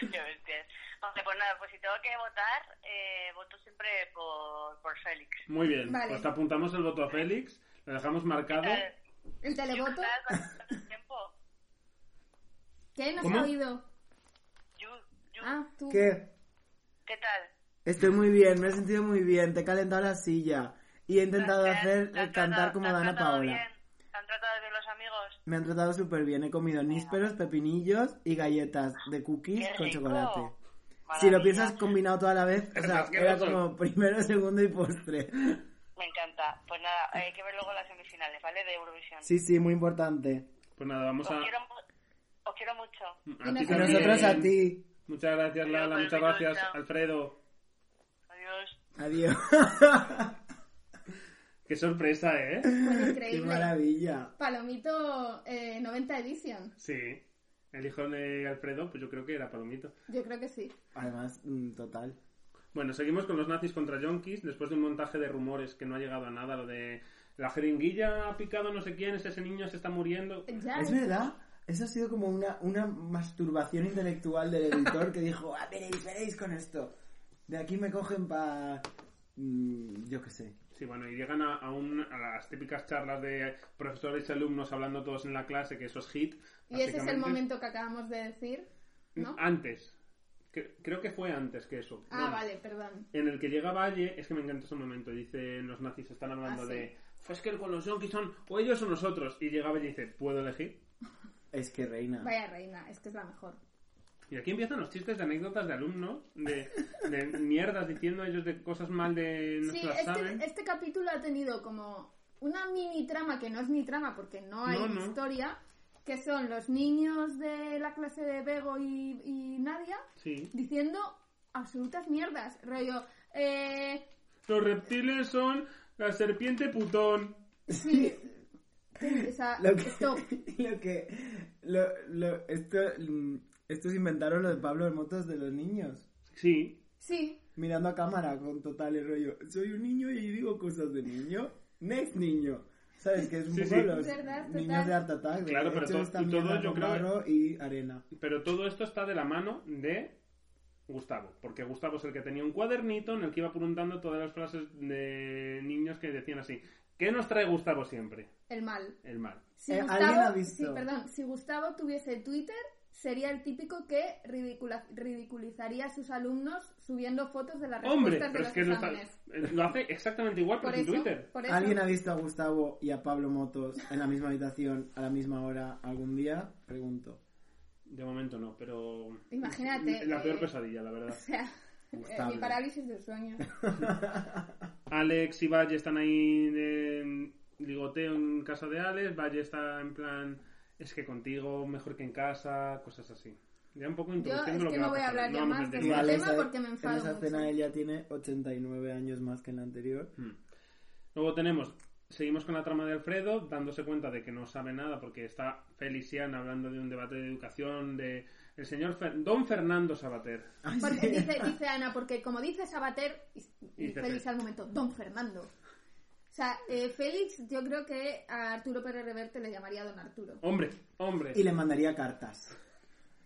Qué bestias. Vale, pues nada, pues si tengo que votar, eh, voto siempre por, por Félix. Muy bien, Vale. pues apuntamos el voto a Félix, lo dejamos marcado. Eh, El ¿yo televoto, cada cuánto tiempo? ¿qué? ¿No has ¿Cómo? oído? Yu- Yu, Ah, tú. ¿Qué? ¿Qué tal? Estoy muy bien, me he sentido muy bien. Te he calentado la silla. Y he intentado ¿Te han- hacer eh, te han cantar tratado- como te han Dana tratado Paola. bien? ¿Te han tratado bien los amigos? Me han tratado súper bien. He comido nísperos, pepinillos y galletas de cookies Qué con rico. chocolate. Maravilla. Si lo piensas combinado toda la vez, o Es sea, era asqueroso. como primero, segundo y postre. Me encanta. Pues nada, hay que ver luego las semifinales, ¿vale? De Eurovisión. Sí, sí, muy importante. Pues nada, vamos Os, a... quiero, mu- os quiero mucho. a Y ti Y También. nosotros a también. ti. Muchas gracias, Lala, Adiós, muchas Alberto, gracias, chao. Alfredo. Adiós. Adiós. Qué sorpresa, ¿eh? Pues Qué increíble. maravilla. Palomito eh, 90 Edition. Sí. El hijo de Alfredo, pues yo creo que era Palomito. Yo creo que sí. Además, mm, total. Bueno, seguimos con los nazis contra yonkis, después de un montaje de rumores que no ha llegado a nada, lo de la jeringuilla ha picado no sé quién, es ese niño se está muriendo. Ya. Es verdad, eso ha sido como una, una masturbación intelectual del editor que dijo, ah, veréis, veréis con esto. De aquí me cogen para... yo qué sé. Sí, bueno, y llegan a, a un- a las típicas charlas de profesores y alumnos hablando todos en la clase, que eso es hit. Y ese es el básicamente. momento que acabamos de decir, ¿no? Antes. Cre- creo que fue antes que eso. Ah, Bueno, vale, perdón. En el que llega Valle, es que me encanta ese momento, dice, los nazis están hablando Ah, sí. de, es que con los yonkis son o ellos o nosotros, y llega Valle y dice, ¿puedo elegir? Es que reina. Vaya reina, es que es la mejor. Y aquí empiezan los chistes de anécdotas de alumnos, de, de mierdas diciendo ellos de cosas mal de no Sí, se las saben. este, este capítulo ha tenido como una mini trama, que no es ni trama porque no hay No, no. historia, que son los niños de la clase de Bego y, y Nadia Sí. diciendo absolutas mierdas. Rollo, eh, Los reptiles son la serpiente putón. sí, o sea, Lo que, stop. lo que, lo, lo, esto, mm, estos inventaron los Pablo Hermotos de los niños. Sí. Sí, Mirando a cámara con total el rollo. Soy un niño y digo cosas de niño. Next niño. ¿Sabes? Que es un Sí, poco sí. los Verdad, total. niños de Art Attack. de Claro, pero hecho, to- esta todo mierda yo con creo- barro y arena. Pero todo esto está de la mano de Gustavo, porque Gustavo es el que tenía un cuadernito en el que iba apuntando todas las frases de niños que decían así. ¿Qué nos trae Gustavo siempre? el mal. El mal. Si Eh, Gustavo, ¿alguien ha visto? sí, perdón, si Gustavo tuviese Twitter, sería el típico que ridicula- ridiculizaría a sus alumnos subiendo fotos de las Hombre, respuestas de pero los es que no está- eh, exámenes. lo hace exactamente igual, pero Por en eso, Twitter. por eso. ¿Alguien ha visto a Gustavo y a Pablo Motos en la misma habitación a la misma hora algún día? Pregunto. De momento no, pero... Imagínate, La peor eh, pesadilla, la verdad. O sea, eh, mi Gustavo. parálisis del sueño. Alex y Valle están ahí en ligoteo en casa de Alex. Valle está en plan, es que contigo mejor que en casa, cosas así. Ya un poco Yo introduciendo es lo que va no voy a pasar. ¿eh? hablar ya vamos más de meter Igual Alex, tema porque me enfado En esa mucho. escena ella tiene 89 años más que en la anterior. Hmm. Luego tenemos, seguimos con la trama de Alfredo, dándose cuenta de que no sabe nada porque está Feliciana hablando de un debate de educación de el señor Fer- Don Fernando Sabater. Ah, Porque dice, dice Ana, porque como dice Sabater, y, y Dice Félix Félix. al momento, Don Fernando. O sea, eh, Félix, yo creo que a Arturo Pérez Reverte le llamaría Don Arturo. Hombre, hombre. Y le mandaría cartas.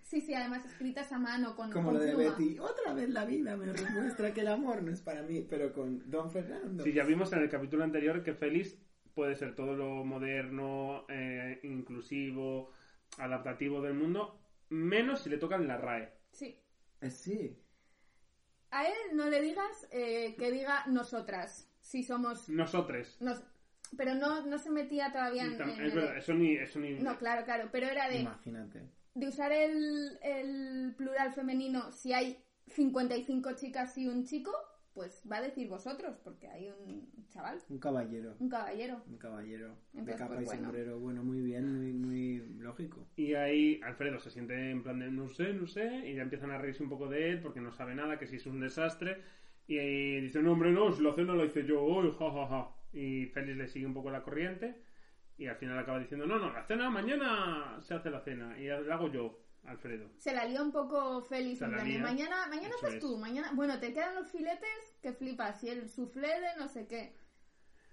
Sí, sí, además escritas a mano con, Como con lo de pluma. Betty. Otra vez la vida me demuestra que el amor no es para mí, pero con Don Fernando. Sí, ya vimos en el capítulo anterior que Félix puede ser todo lo moderno, eh, inclusivo, adaptativo del mundo, menos si le tocan la RAE. Sí. Eh, sí. A él no le digas eh, que diga nosotras, si somos... Nosotres. nos- pero no, no se metía todavía en... en- Es verdad, eso ni... Eso ni... No, claro, claro, pero era de... Imagínate. de usar el, el plural femenino si hay 55 chicas y un chico, pues va a decir vosotros, porque hay un chaval, Un caballero. un caballero. Un caballero. de Entonces, capa pues, y bueno. sombrero. Bueno, muy bien, muy, muy lógico. Y ahí Alfredo se siente en plan de no sé, no sé, y ya empiezan a reírse un poco de él porque no sabe nada, que si es un desastre. Y ahí dice, no, hombre, no, si la cena la hice yo hoy, ja, ja, ja. Y Félix le sigue un poco la corriente y al final acaba diciendo, no, no, la cena mañana se hace la cena y la hago yo, Alfredo. Se la lía un poco Félix. Se la en plan de, lía. Mañana, mañana Eso estás es. tú, mañana... Bueno, te quedan los filetes que flipas y el soufflé de no sé qué.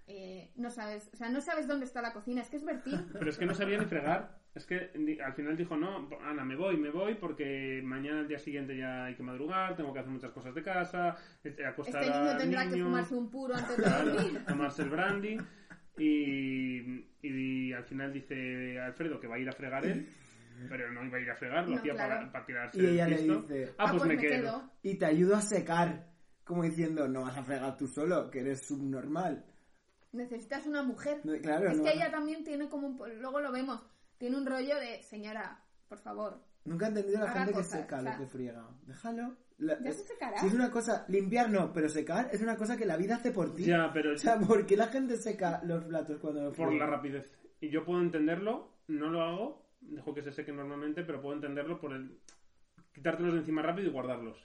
Eh, no sabes, o sea, no sabes dónde está la cocina, es que es Bertín. Pero es que no sabía ni fregar. Es que di- al final dijo, no, Ana, me voy, me voy, porque mañana al día siguiente ya hay que madrugar, tengo que hacer muchas cosas de casa, eh, acostar Este niño al tendrá que niño". Ah, fumarse un puro antes de Claro, dormir. tomarse el brandy. Y, y al final dice Alfredo que va a ir a fregar él, pero no iba a ir a fregar, lo No, hacía claro. para, para tirarse Y ella el le pisto. dice- ah, pues, me, quedo. Y te ayudo a secar. Como diciendo, no vas a fregar tú solo, que eres subnormal. Necesitas una mujer. No, claro, es no. que ella también tiene como un... po- Luego lo vemos. Tiene un rollo de, señora, por favor. Nunca he entendido la Haga gente cosas, que seca o sea- lo que friega. Déjalo. La- Ya se secará. Si es una cosa, limpiar no, pero secar es una cosa que la vida hace por ti. Ya, pero O sea, ¿por qué la gente seca los platos cuando los por la friega? rapidez. Y yo puedo entenderlo, no lo hago, dejo que se seque normalmente, pero puedo entenderlo por el quitártelos de encima rápido y guardarlos.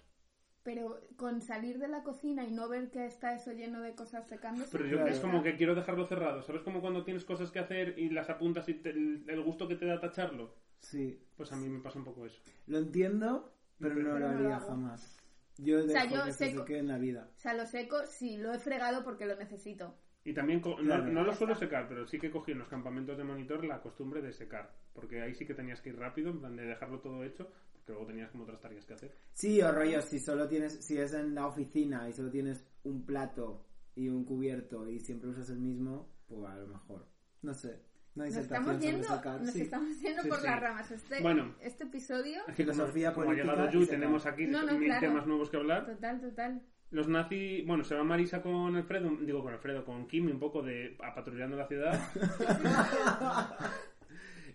Pero con salir de la cocina y no ver que está eso lleno de cosas secándose. Pero yo Claro. es como que quiero dejarlo cerrado. ¿Sabes como cuando tienes cosas que hacer y las apuntas y te- el el gusto que te da tacharlo? Sí, Pues a mí me pasa un poco eso. lo entiendo, pero no Pero lo no lo haría hago. jamás. Yo dejo sea, yo que se seco- seque en la vida. O sea, lo seco si lo he fregado porque lo necesito. Y también co- no- Claro. no, lo suelo secar, pero sí que cogí en los campamentos de monitor la costumbre de secar, porque ahí sí que tenías que ir rápido, en plan de dejarlo todo hecho, porque luego tenías como otras tareas que hacer. Sí, o rollo, si solo tienes, si es en la oficina y solo tienes un plato y un cubierto y siempre usas el mismo, pues a lo mejor. No sé. No hay Nos disertación estamos yendo, sobre secar. nos Sí. estamos yendo Sí, por sí. las ramas. Este, Bueno. este episodio, Es que como- Filosofía como, política ha llegado y Yu, se tenemos acaba. aquí No, no, mil claro. temas nuevos que hablar. total, total. Los nazis, bueno, se va Marisa con Alfredo, digo con Alfredo, con Kim un poco de a patrullando la ciudad.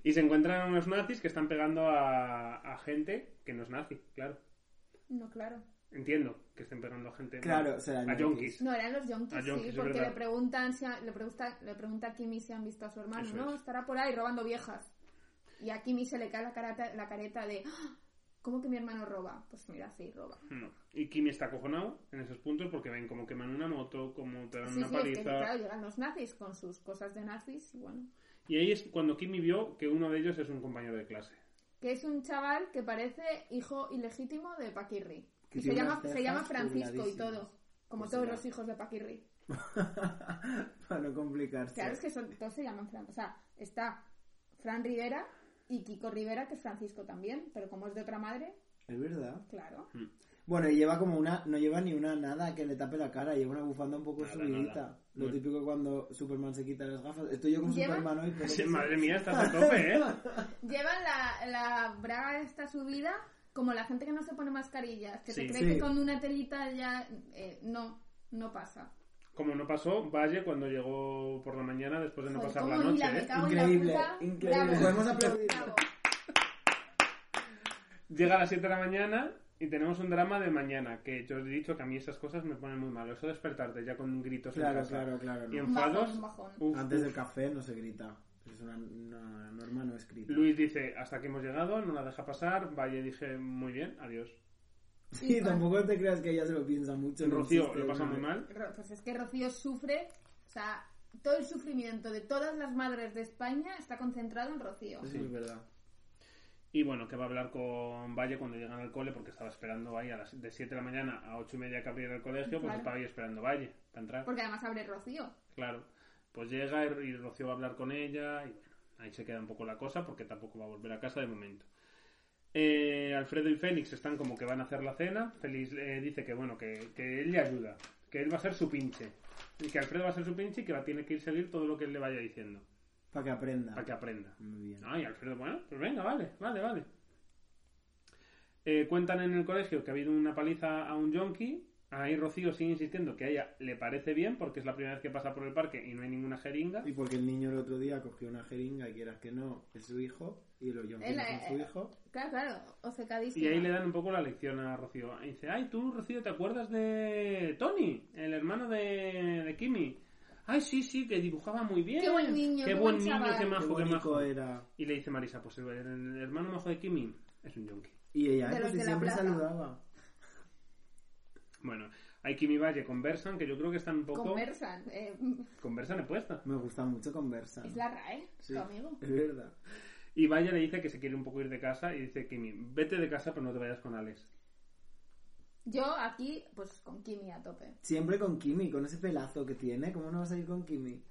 y se encuentran unos nazis que están pegando a, a gente que no es nazi, claro. No, claro. Entiendo que estén pegando a gente. Claro, serán a yonkis. yonkis. No, eran los A yonkis, Ah, yonkis, sí, es porque verdad. le preguntan, si a- le, pregunta, le pregunta a Kimi si han visto a su hermano, Eso ¿no? es. Estará por ahí robando viejas. Y a Kimi se le cae la, carata- la careta de, "¡Ah! ¿cómo que mi hermano roba? Pues mira, sí, roba. No. Y Kim está acojonado en esos puntos porque ven como queman una moto, como pegan Sí, una sí, es que paliza. claro, llegan los nazis con sus cosas de nazis y bueno. Y ahí es cuando Kimmy vio que uno de ellos es un compañero de clase. Que es un chaval que parece hijo ilegítimo de Paquirri. Que Y se tiene llama, unas se llama cejas Francisco y pobladísimas. todo. Como Pues todos será. los hijos de Paquirri. Para no complicarse. Claro, es que son, todos se llaman Fran. O sea, está Fran Rivera y Kiko Rivera, que es Francisco también, pero como es de otra madre, Es verdad. claro. Bueno, y lleva como una, no lleva ni una nada que le tape la cara, lleva una bufanda un poco Nada, subidita. nada. Lo Bueno. típico cuando Superman se quita las gafas. Estoy yo con Lleva- Superman hoy, pero. Sí, Madre mía, estás a tope, ¿eh? Llevan la, la braga esta subida como la gente que no se pone mascarillas, que Sí. se cree Sí. que con una telita ya... eh, no, no pasa. Como no pasó, Valle cuando llegó por la mañana después de no Joder, pasar la cómo ni noche. la ¿eh? me cago en la Increíble, puta. increíble. Bravo. Podemos aplaudir. Bravo. Llega a las 7 de la mañana y tenemos un drama de mañana, que yo os he dicho que a mí esas cosas me ponen muy mal. Eso de despertarte ya con gritos en Claro, casa claro, claro. y no. Un bajón, enfados. un bajón. uf, Antes uf. del café no se grita. Es una, una norma no escrita. Luis dice, hasta aquí hemos llegado, no la deja pasar. Valle dije, muy bien, adiós. Sí, Hija. tampoco te creas que ella se lo piensa mucho. no Rocío existe lo pasa una- muy mal. Ro- Pues es que Rocío sufre, o sea, todo el sufrimiento de todas las madres de España está concentrado en Rocío. Eso es verdad. Y bueno, que va a hablar con Valle cuando llegan al cole, porque estaba esperando ahí a las de 7 de la mañana a 8 y media que abriera el colegio, pues Claro. estaba ahí esperando Valle para entrar. Porque además abre Rocío. Claro. Pues llega y y Rocío va a hablar con ella y bueno, ahí se queda un poco la cosa porque tampoco va a volver a casa de momento. Eh, Alfredo y Félix están como que van a hacer la cena. Félix eh, dice que bueno, que, que él le ayuda, que él va a ser su pinche. Y que Alfredo va a ser su pinche y que va a tener que ir seguir todo lo que él le vaya diciendo Para que aprenda. para que aprenda. Muy bien. Ay, Alfredo, bueno, pues venga, vale, vale, vale. Eh, cuentan en el colegio que ha habido una paliza a un yonki. Ahí Rocío sigue insistiendo que a ella le parece bien porque es la primera vez que pasa por el parque y no hay ninguna jeringa. Y porque el niño el otro día cogió una jeringa y quieras que no, es su hijo, y lo yonkis Él, no eh, son su hijo. Claro, claro, obcecadísima. Y ahí le dan un poco la lección a Rocío. Y dice, ay, tú, Rocío, ¿te acuerdas de Tony, el hermano de, de Kimi? Ay, sí, sí, que dibujaba muy bien. Qué buen niño, qué qué buen buen niño, chaval. qué Qué Qué majo, qué bonito majo. era. Y le dice Marisa, pues el, el hermano majo de Kimi es un yonki. Y ella, De eh, los pues, si de la siempre plaza. saludaba. Bueno, hay Kimi y Valle conversan, que yo creo que están un poco... Conversan. eh, Conversan en puesta. Me gusta mucho conversar. es la RAE, Sí. tu amigo. Es verdad. Y Valle le dice que se quiere un poco ir de casa y dice, Kimi, vete de casa pero no te vayas con Alex. Yo aquí, pues con Kimi a tope. Eh, Siempre con Kimi, con ese pelazo que tiene. ¿Cómo no vas a ir con Kimi?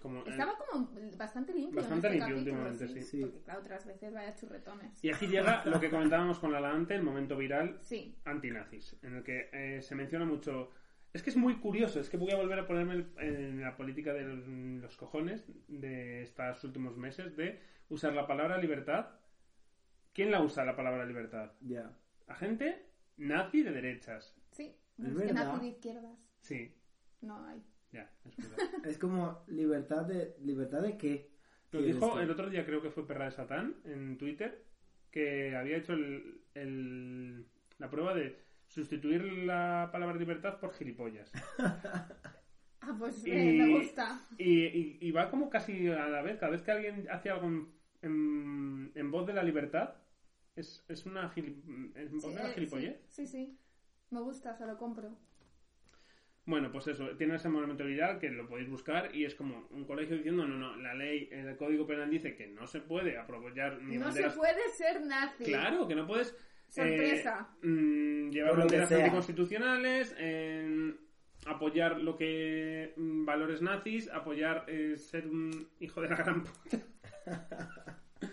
Como, eh, Estaba como bastante limpio. en Bastante este limpio capítulo, últimamente, sí. Sí. Porque claro, otras veces vaya churretones. Y aquí llega lo que comentábamos con la Lante, el momento viral Sí, antinazis, en el que eh, se menciona mucho... Es que es muy curioso, es que voy a volver a ponerme el- en la política de los, los cojones de estos últimos meses de usar la palabra libertad. ¿Quién la usa la palabra libertad? Ya. ¿A gente nazi de derechas? sí. Es es que verdad. nazi de izquierdas. Sí, No hay. ya, es verdad. Es como libertad de... ¿Libertad de qué? Lo ¿Quieres dijo tú? el otro día, creo que fue Perra de Satán, en Twitter, que había hecho el, el- la prueba de sustituir la palabra libertad por gilipollas. Ah, pues Y- eh, me gusta. Y, y- y va como casi a la vez, cada vez que alguien hace algo en, en- en voz de la libertad, es, es una gili- en voz de la Eh, gilipollez. Sí, sí, sí. Me gusta, se lo compro. Bueno, pues eso, tiene ese momento viral que lo podéis buscar y es como un colegio diciendo, no, no, la ley, el código penal dice que no se puede apoyar ni No se banderas puede ser nazi. Claro, que no puedes. Sorpresa. eh, mm, llevar Por lo que banderas sea. anticonstitucionales, eh, apoyar lo que. mm, valores nazis, apoyar eh, ser un hijo de la gran eh, puta.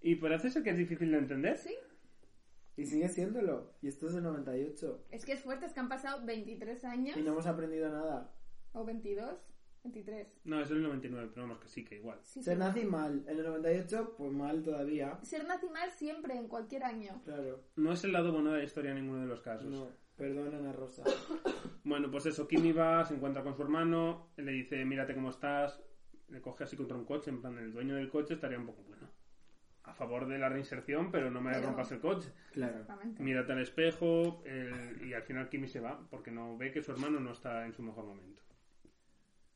y parece ser que es difícil de entender. Sí. Y sigue siéndolo. Y esto es del 98. Es que es fuerte, es que han pasado 23 años. Y no hemos aprendido nada. O 22, 23. No, es del 99, pero vamos, que sí, que igual. Sí, Ser sí. nazi mal. En el 98, pues mal todavía. Ser nazi mal siempre, en cualquier año. Claro. No es el lado bueno de la historia en ninguno de los casos. No. Perdón, Ana Rosa. Bueno, pues eso, Kimi va, se encuentra con su hermano, le dice, mírate cómo estás, le coge así contra un coche, en plan, el dueño del coche estaría un poco, bueno, a favor de la reinserción, pero no me Pero- rompas el coche. Claro. Exactamente. Mírate al espejo, el- y al final Kimi se va, porque no ve que su hermano no está en su mejor momento.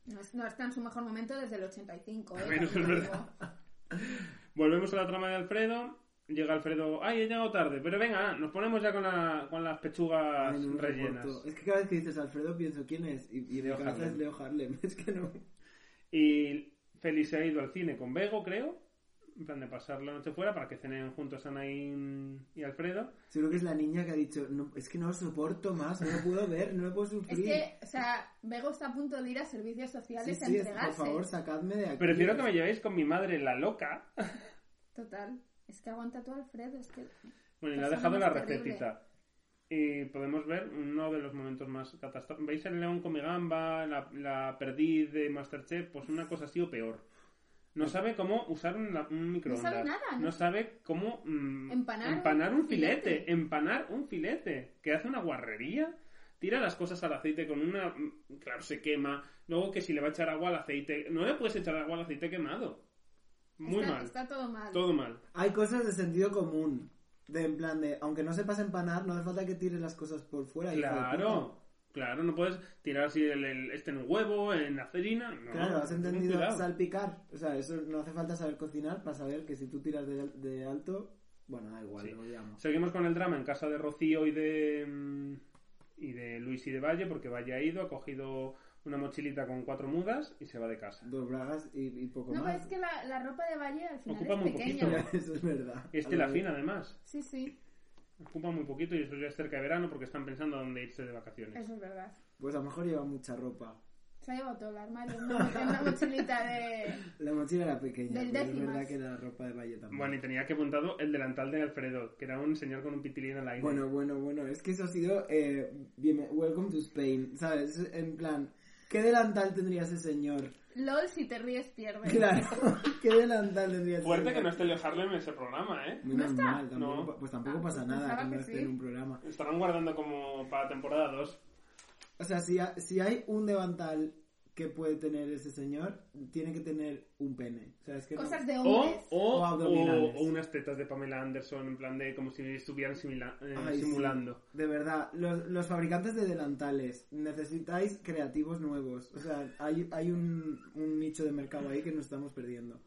No, es- no está en su mejor momento desde el 85. ¿eh? Bueno, es También verdad. Volvemos a la trama de Alfredo. Llega Alfredo, ay, he llegado tarde, pero venga, nos ponemos ya con, la- con las pechugas Ay, no lo Ah, rellenas. soporto. Es que cada vez que dices Alfredo pienso quién es. Y, y de Leo cabeza Harlem. es Leo Harlem. Es que no. Y Félix se ha ido al cine con Bego, creo. En plan de pasar la noche fuera para que cenen juntos Anaín y Alfredo. Seguro que es la niña que ha dicho, no, es que no lo soporto más, no lo puedo ver, no lo puedo Es sufrir. que, o sea, Bego está a punto de ir a servicios Sí, sociales a sí, es- entregarse. por favor, sacadme de aquí. Prefiero que me llevéis con mi madre, la loca. Total. Es que aguanta tú, Alfredo. Es que... Bueno, y le ha Eso dejado no la es terrible. recetita. Y podemos ver uno de los momentos más catastróficos. ¿Veis el león come gamba, la, la perdiz de Masterchef? Pues una cosa así o peor. No sabe cómo usar un, la- un microondas. nada, No ¿no? sabe cómo mm, Empanar un un filete. filete. Empanar un filete. Que hace una guarrería. Tira las cosas al aceite con una... mm, Claro, se quema. Luego que si le va a echar agua al aceite... No le puedes echar agua al aceite quemado. Muy está, mal. Está todo mal. Todo mal. Hay cosas de sentido común. De en plan de, aunque no sepas empanar, no hace falta que tires las cosas por fuera. hijo de Claro, claro, no puedes tirar así el, el- este en un huevo, en la farina. puta. no, Claro, has ten entendido cuidado. salpicar. O sea, eso no hace falta saber cocinar para saber que si tú tiras de, de alto, bueno, da igual, Sí. lo llamo. Seguimos con el drama en casa de Rocío y de mm, y de Luis y de Valle, porque Valle ha ido, ha cogido una mochilita con cuatro mudas y se va de casa. Dos bragas y, y poco No, más. pero es que la, la ropa de Valle al final Ocupa es muy pequeña. poquito. Eso es verdad. Es A tela ver. fina, Este además. Sí, sí, Ocupa muy poquito y eso ya es cerca de verano porque están pensando a dónde irse de vacaciones. eso es verdad. Pues a lo mejor lleva mucha ropa. Se ha llevado todo el armario, una, una mochilita de... La mochila era pequeña, Del pero es décimas. verdad que la ropa de Valle también. Bueno, y tenía que apuntado el delantal de Alfredo, que era un señor con un pitilín al aire. Bueno, bueno, bueno, es que eso ha sido eh, bien- Welcome to Spain, ¿sabes? En plan, ¿qué delantal tendría ese señor? LOL, si te ríes, pierdes. Claro, ¿qué delantal tendría ese Fuerte señor? que no esté Leo Harlem en ese programa, ¿eh? Menos ¿No está? mal, tampoco, No. pues tampoco Ah, pasa pues nada que pensaba no que esté sí. en un programa. Estarán guardando como para temporada 2. O sea, si, ha- si hay un delantal que puede tener ese señor, tiene que tener un pene. O sea, es que no- Cosas de O, hombres. o, O abdominales. o- o unas tetas de Pamela Anderson, en plan de como si estuvieran simila- eh, Ay, sí. simulando. De verdad, los, los fabricantes de delantales, necesitáis creativos nuevos. O sea, hay, hay un, un nicho de mercado ahí que nos estamos perdiendo.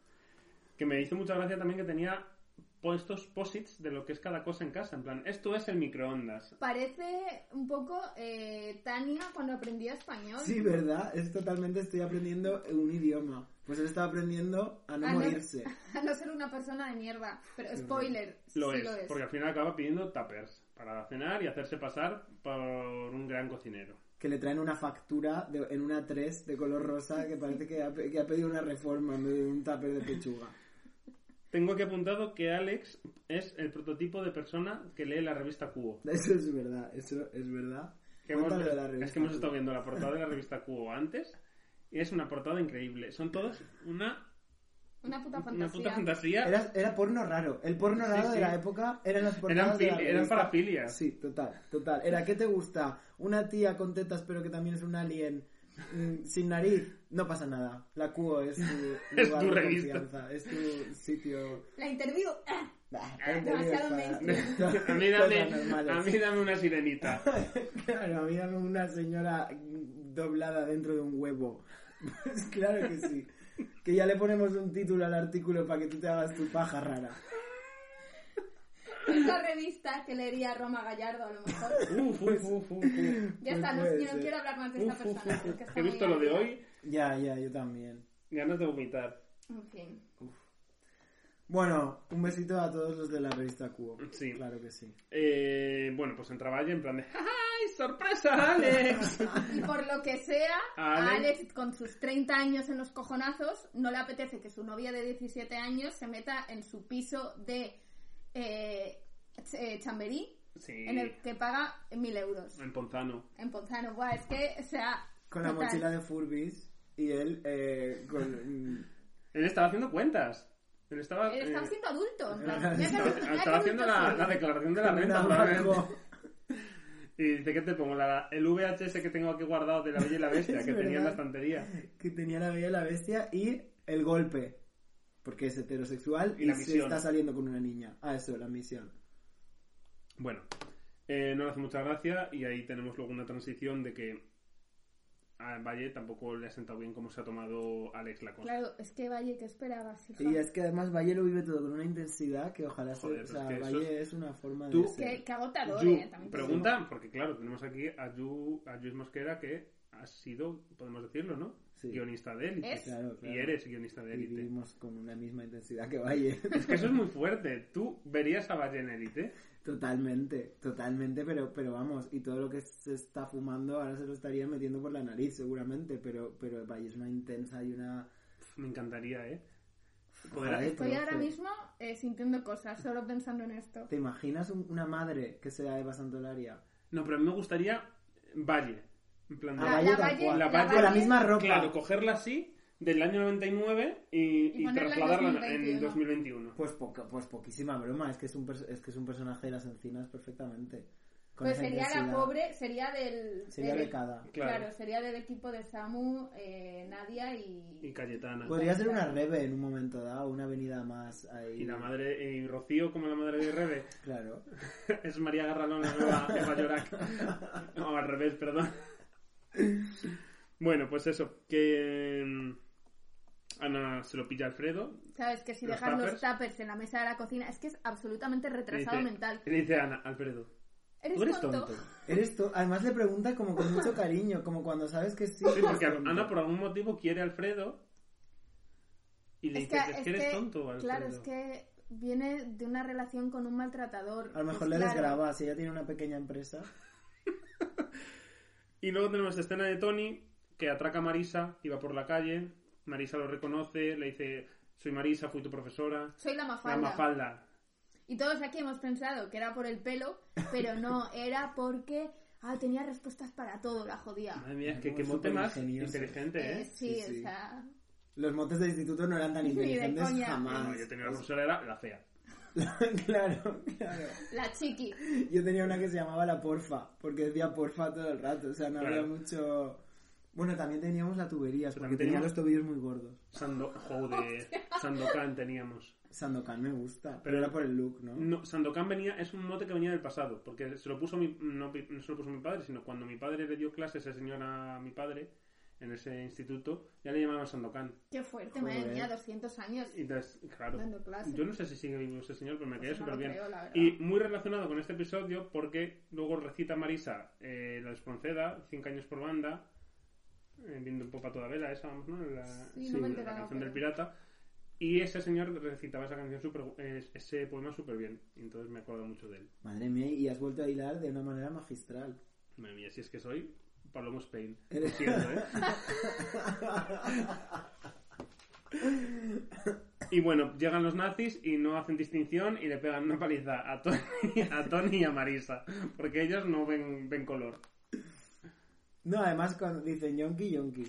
Que me hizo mucha gracia también que tenía puestos posits de lo que es cada cosa en casa. En plan, esto es el microondas. Parece un poco eh, Tania cuando aprendía español. Sí, ¿verdad? Es totalmente, estoy aprendiendo un idioma. Pues él está aprendiendo a no A Ah, no- morirse. A no ser una persona de mierda. Pero spoiler, Lo sí es, lo es. porque al final acaba pidiendo tuppers para cenar y hacerse pasar por un gran cocinero. Que le traen una factura de- en una 3 de color rosa que parece que ha, pe- que ha pedido una reforma en vez de un tupper de pechuga. Tengo aquí apuntado que Alex es el prototipo de persona que lee la revista Cubo. Eso es verdad, eso es verdad. Que hemos- Cuéntalo de la es revista, que hemos tú. estado viendo la portada de la revista Cubo antes y es una portada increíble. Son todas una Una puta fantasía. Una puta fantasía. Era, era porno raro. El porno Sí, raro sí. de la época eran las Eran, portadas de la fili- eran revista. para filias. Sí, total, total. Era, ¿qué te gusta? Una tía con tetas pero que también es un alien mm, sin nariz. No pasa nada. La cuo es tu, Es lugar tu de revista. confianza, Es tu sitio... La interview. ¡ah! Bah, Demasiado a, mí dame, a mí dame una sirenita. Claro, a mí dame una señora doblada dentro de un huevo. Pues claro que sí. Que ya le ponemos un título al artículo para que tú te hagas tu paja rara. Esa revista que leería Roma Gallardo, a lo mejor. Uf, uf, uf, uf. Ya Pues está, no, puede yo no ser. quiero hablar más de esta Uf, uf, persona. uf, porque uf. está He muy visto lo de agria. hoy, Ya, ya, yo también. ganas de vomitar. En fin. Bueno, un besito a todos los de la revista Cubo. Sí. Claro que sí. Eh, bueno, pues entraba allí en plan de ¡Ay, sorpresa, Alex! Y por lo que sea, Alex- a Alex, con sus 30 años en los cojonazos, no le apetece que su novia de 17 años se meta en su piso de eh, eh, Chamberí, Sí. en el que paga mil euros. En Ponzano. En Ponzano, guau, es que, o sea... Con la total. mochila de Furbis y él eh, con... Él estaba haciendo cuentas. Él estaba. Él estaba eh, siendo adulto. en plan, Estaba- mira que- estaba- mira que estaba haciendo adulto la, soy. la declaración de la con un renta, abaco. probablemente. Y dice que te pongo la- el VHS que tengo aquí guardado de la Bella y la Bestia, Es que tenía en la verdad. estantería. que tenía la bella y la bestia y el golpe. Porque es heterosexual Y y, la se misión. está saliendo con una niña. Ah, eso, la misión. Bueno, eh, no le hace mucha gracia y ahí tenemos luego una transición de que a Valle tampoco le ha sentado bien cómo se ha tomado Alex la cosa. Claro, es que Valle, ¿qué esperabas, hija? Y es que además Valle lo vive todo con una intensidad que ojalá se- Joder, O sea, es que eso Valle es... una forma Tú- de ser. Que, que agotador, Yu, eh, también te digo. pregunta, porque claro, tenemos aquí a, Yu, a Luis Mosquera que ha sido, podemos decirlo, ¿no? Sí. Guionista de élite. Es. Claro, claro. Y eres guionista de Y élite. vivimos con una misma intensidad que Valle. Es que eso es muy fuerte. ¿Tú verías a Valle en élite? totalmente, totalmente, pero, pero vamos, y todo lo que se está fumando ahora se lo estarían metiendo por la nariz seguramente, pero, pero Valle es una intensa y una... Pf, Me encantaría, ¿eh? Ojalá Poder- de Estoy ahora trozo. mismo eh, sintiendo cosas, solo pensando en esto. ¿Te imaginas un- una madre que sea Eva Santolaria? No, pero a mí me gustaría Valle. En plan de- Ah, Valle tal cual. La Valle- Con la misma ropa. Claro, cogerla así del año 99 y, Y y ponerla en trasladarla en 2021. 2021. Pues, poca- pues poquísima broma, es que es, un pers- es que es un personaje de las encinas perfectamente. Con Pues esa sería la intensidad. pobre, sería del... Sería del- becada. Claro. Claro. sería del equipo de Samu, eh, Nadia Y y... Cayetana. Podría ser una rebe en un momento dado, una avenida más ahí. Y la madre, y Rocío como la madre de Rebe, Claro. es María Garralón, la nueva Eva Llorac. No, al revés, perdón. Bueno, pues eso, que mm, Ana se lo pilla a Alfredo. Sabes que si Los dejas tuppers. los tuppers en la mesa de la cocina es que es absolutamente y le retrasado dice- mental. y Le dice a Ana, Alfredo, Eres, tú eres tonto. tonto. Eres tú. Además le pregunta como con mucho cariño, como cuando sabes que sí. Sí, eres porque tonto. Ana por algún motivo quiere a Alfredo y le Es dice, es que, eres que- tonto, Alfredo. Claro, es que viene de una relación con un maltratador. A lo mejor Pues le claro, desgraba, si ella tiene una pequeña empresa. Y luego tenemos la escena de Tony que atraca a Marisa y va por la calle. Marisa lo reconoce, le dice, soy Marisa, fui tu profesora. Soy la La mafalda. mafalda. Y todos aquí hemos pensado que era por el pelo, pero no, era porque ah, tenía respuestas para todo, la jodía. Madre mía, es que Como qué mote más superingenioso. inteligente, Eh, ¿eh? sí, Sí, sí. o sea, Los motes del instituto no eran tan Ni de inteligentes coña. jamás. No, yo tenía la profesora, era la fea. claro, claro. la chiqui. Yo tenía una que se llamaba la porfa, porque decía porfa todo el rato, o sea, no Claro. había mucho... Bueno, también teníamos la tuberías, Pero porque tenía también teníamos- los tobillos muy gordos. Sando... Joder, Sandokan teníamos. Sandokan me gusta, Pero- pero era por el look, ¿no? No, Sandokan venía, es un mote que venía del pasado, porque se lo puso mi, no, pi- no se lo puso mi padre, sino cuando mi padre le dio clases a ese señor a mi padre en ese instituto, ya le llamaban Sandokan. Qué fuerte, Joder. madre mía, 200 años Y entonces, claro, dando clases. yo no sé si sigue vivo ese señor, pero me quedé Pues no súper lo bien. creo, la verdad. Y muy relacionado con este episodio, porque luego recita Marisa eh, la despronceda, 5 años por banda, eh, viendo un poco a toda vela, esa, ¿no? La, Sí, no me he la enterado, canción del pero- pirata. Y ese señor recitaba esa canción super, ese poema súper bien, y entonces me acuerdo mucho de él. Madre mía, y has vuelto a hilar de una manera magistral. Madre mía, si es que soy Palomo Spain. Lo Eres- siento, ¿eh? y bueno, llegan los nazis y no hacen distinción y le pegan una paliza a Tony, a Tony y a Marisa. Porque ellos no ven, ven color. No, además cuando dicen yonki, yonki.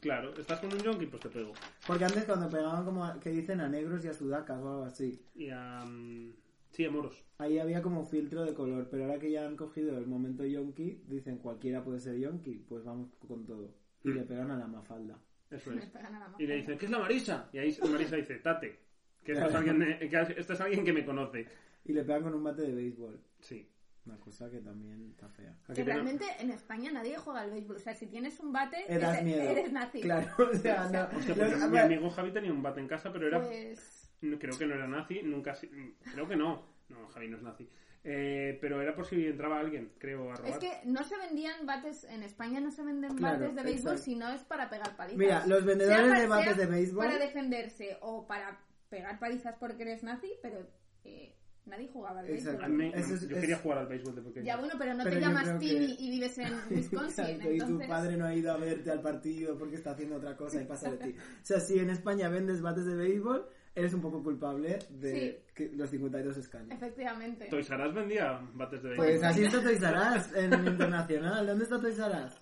Claro, estás con un yonki, pues te pego. Porque antes cuando pegaban como a- que dicen a negros y a sudacas o algo así, Y a... mm, Sí, a moros. ahí había como filtro de color, pero ahora que ya han cogido el momento yonki, dicen cualquiera puede ser yonki, pues vamos con todo. Y le pegan a la mafalda. Eso Me es. pegan a la pues, Y le mafalda. dicen, ¿qué es la Marisa? Y ahí Marisa dice, tate. Que esto es alguien, de- que esto es alguien que me conoce. Y le pegan con un bate de béisbol. Sí. Una cosa que también está fea. Aquí Que tenemos- realmente en España nadie juega al béisbol. O sea, si tienes un bate, Eh, das eres, miedo. eres nazi. Claro, o sea, no. Hostia, Los- porque a mi ver, amigo Javi tenía un bate en casa, pero era Pues... No, Creo que no era nazi, nunca. ha si- Creo que no. No, Javi no es nazi. Eh, pero era por si entraba alguien, creo, a robar. Es que no se vendían bates, en España no se venden Claro, bates de béisbol exacto. si no es para pegar palizas. Mira, los vendedores Sea de para- bates sea de béisbol. Para defenderse o para pegar palizas porque eres nazi, pero eh, nadie jugaba al béisbol. A mí me- Eso es- yo es- quería jugar al béisbol de pequeño. Ya bueno, pero no Pero te yo llamas creo que- Timmy y vives en Wisconsin, Exacto, y tu entonces... padre no ha ido a verte al partido porque está haciendo otra cosa y pasa de ti. O sea, si en España vendes bates de béisbol, Eres un poco culpable de Sí. que los 52 escaños. Efectivamente. Toys R Us vendía bates de béisbol. Pues así está Toys R Us en Internacional. ¿Dónde está Toys R Us?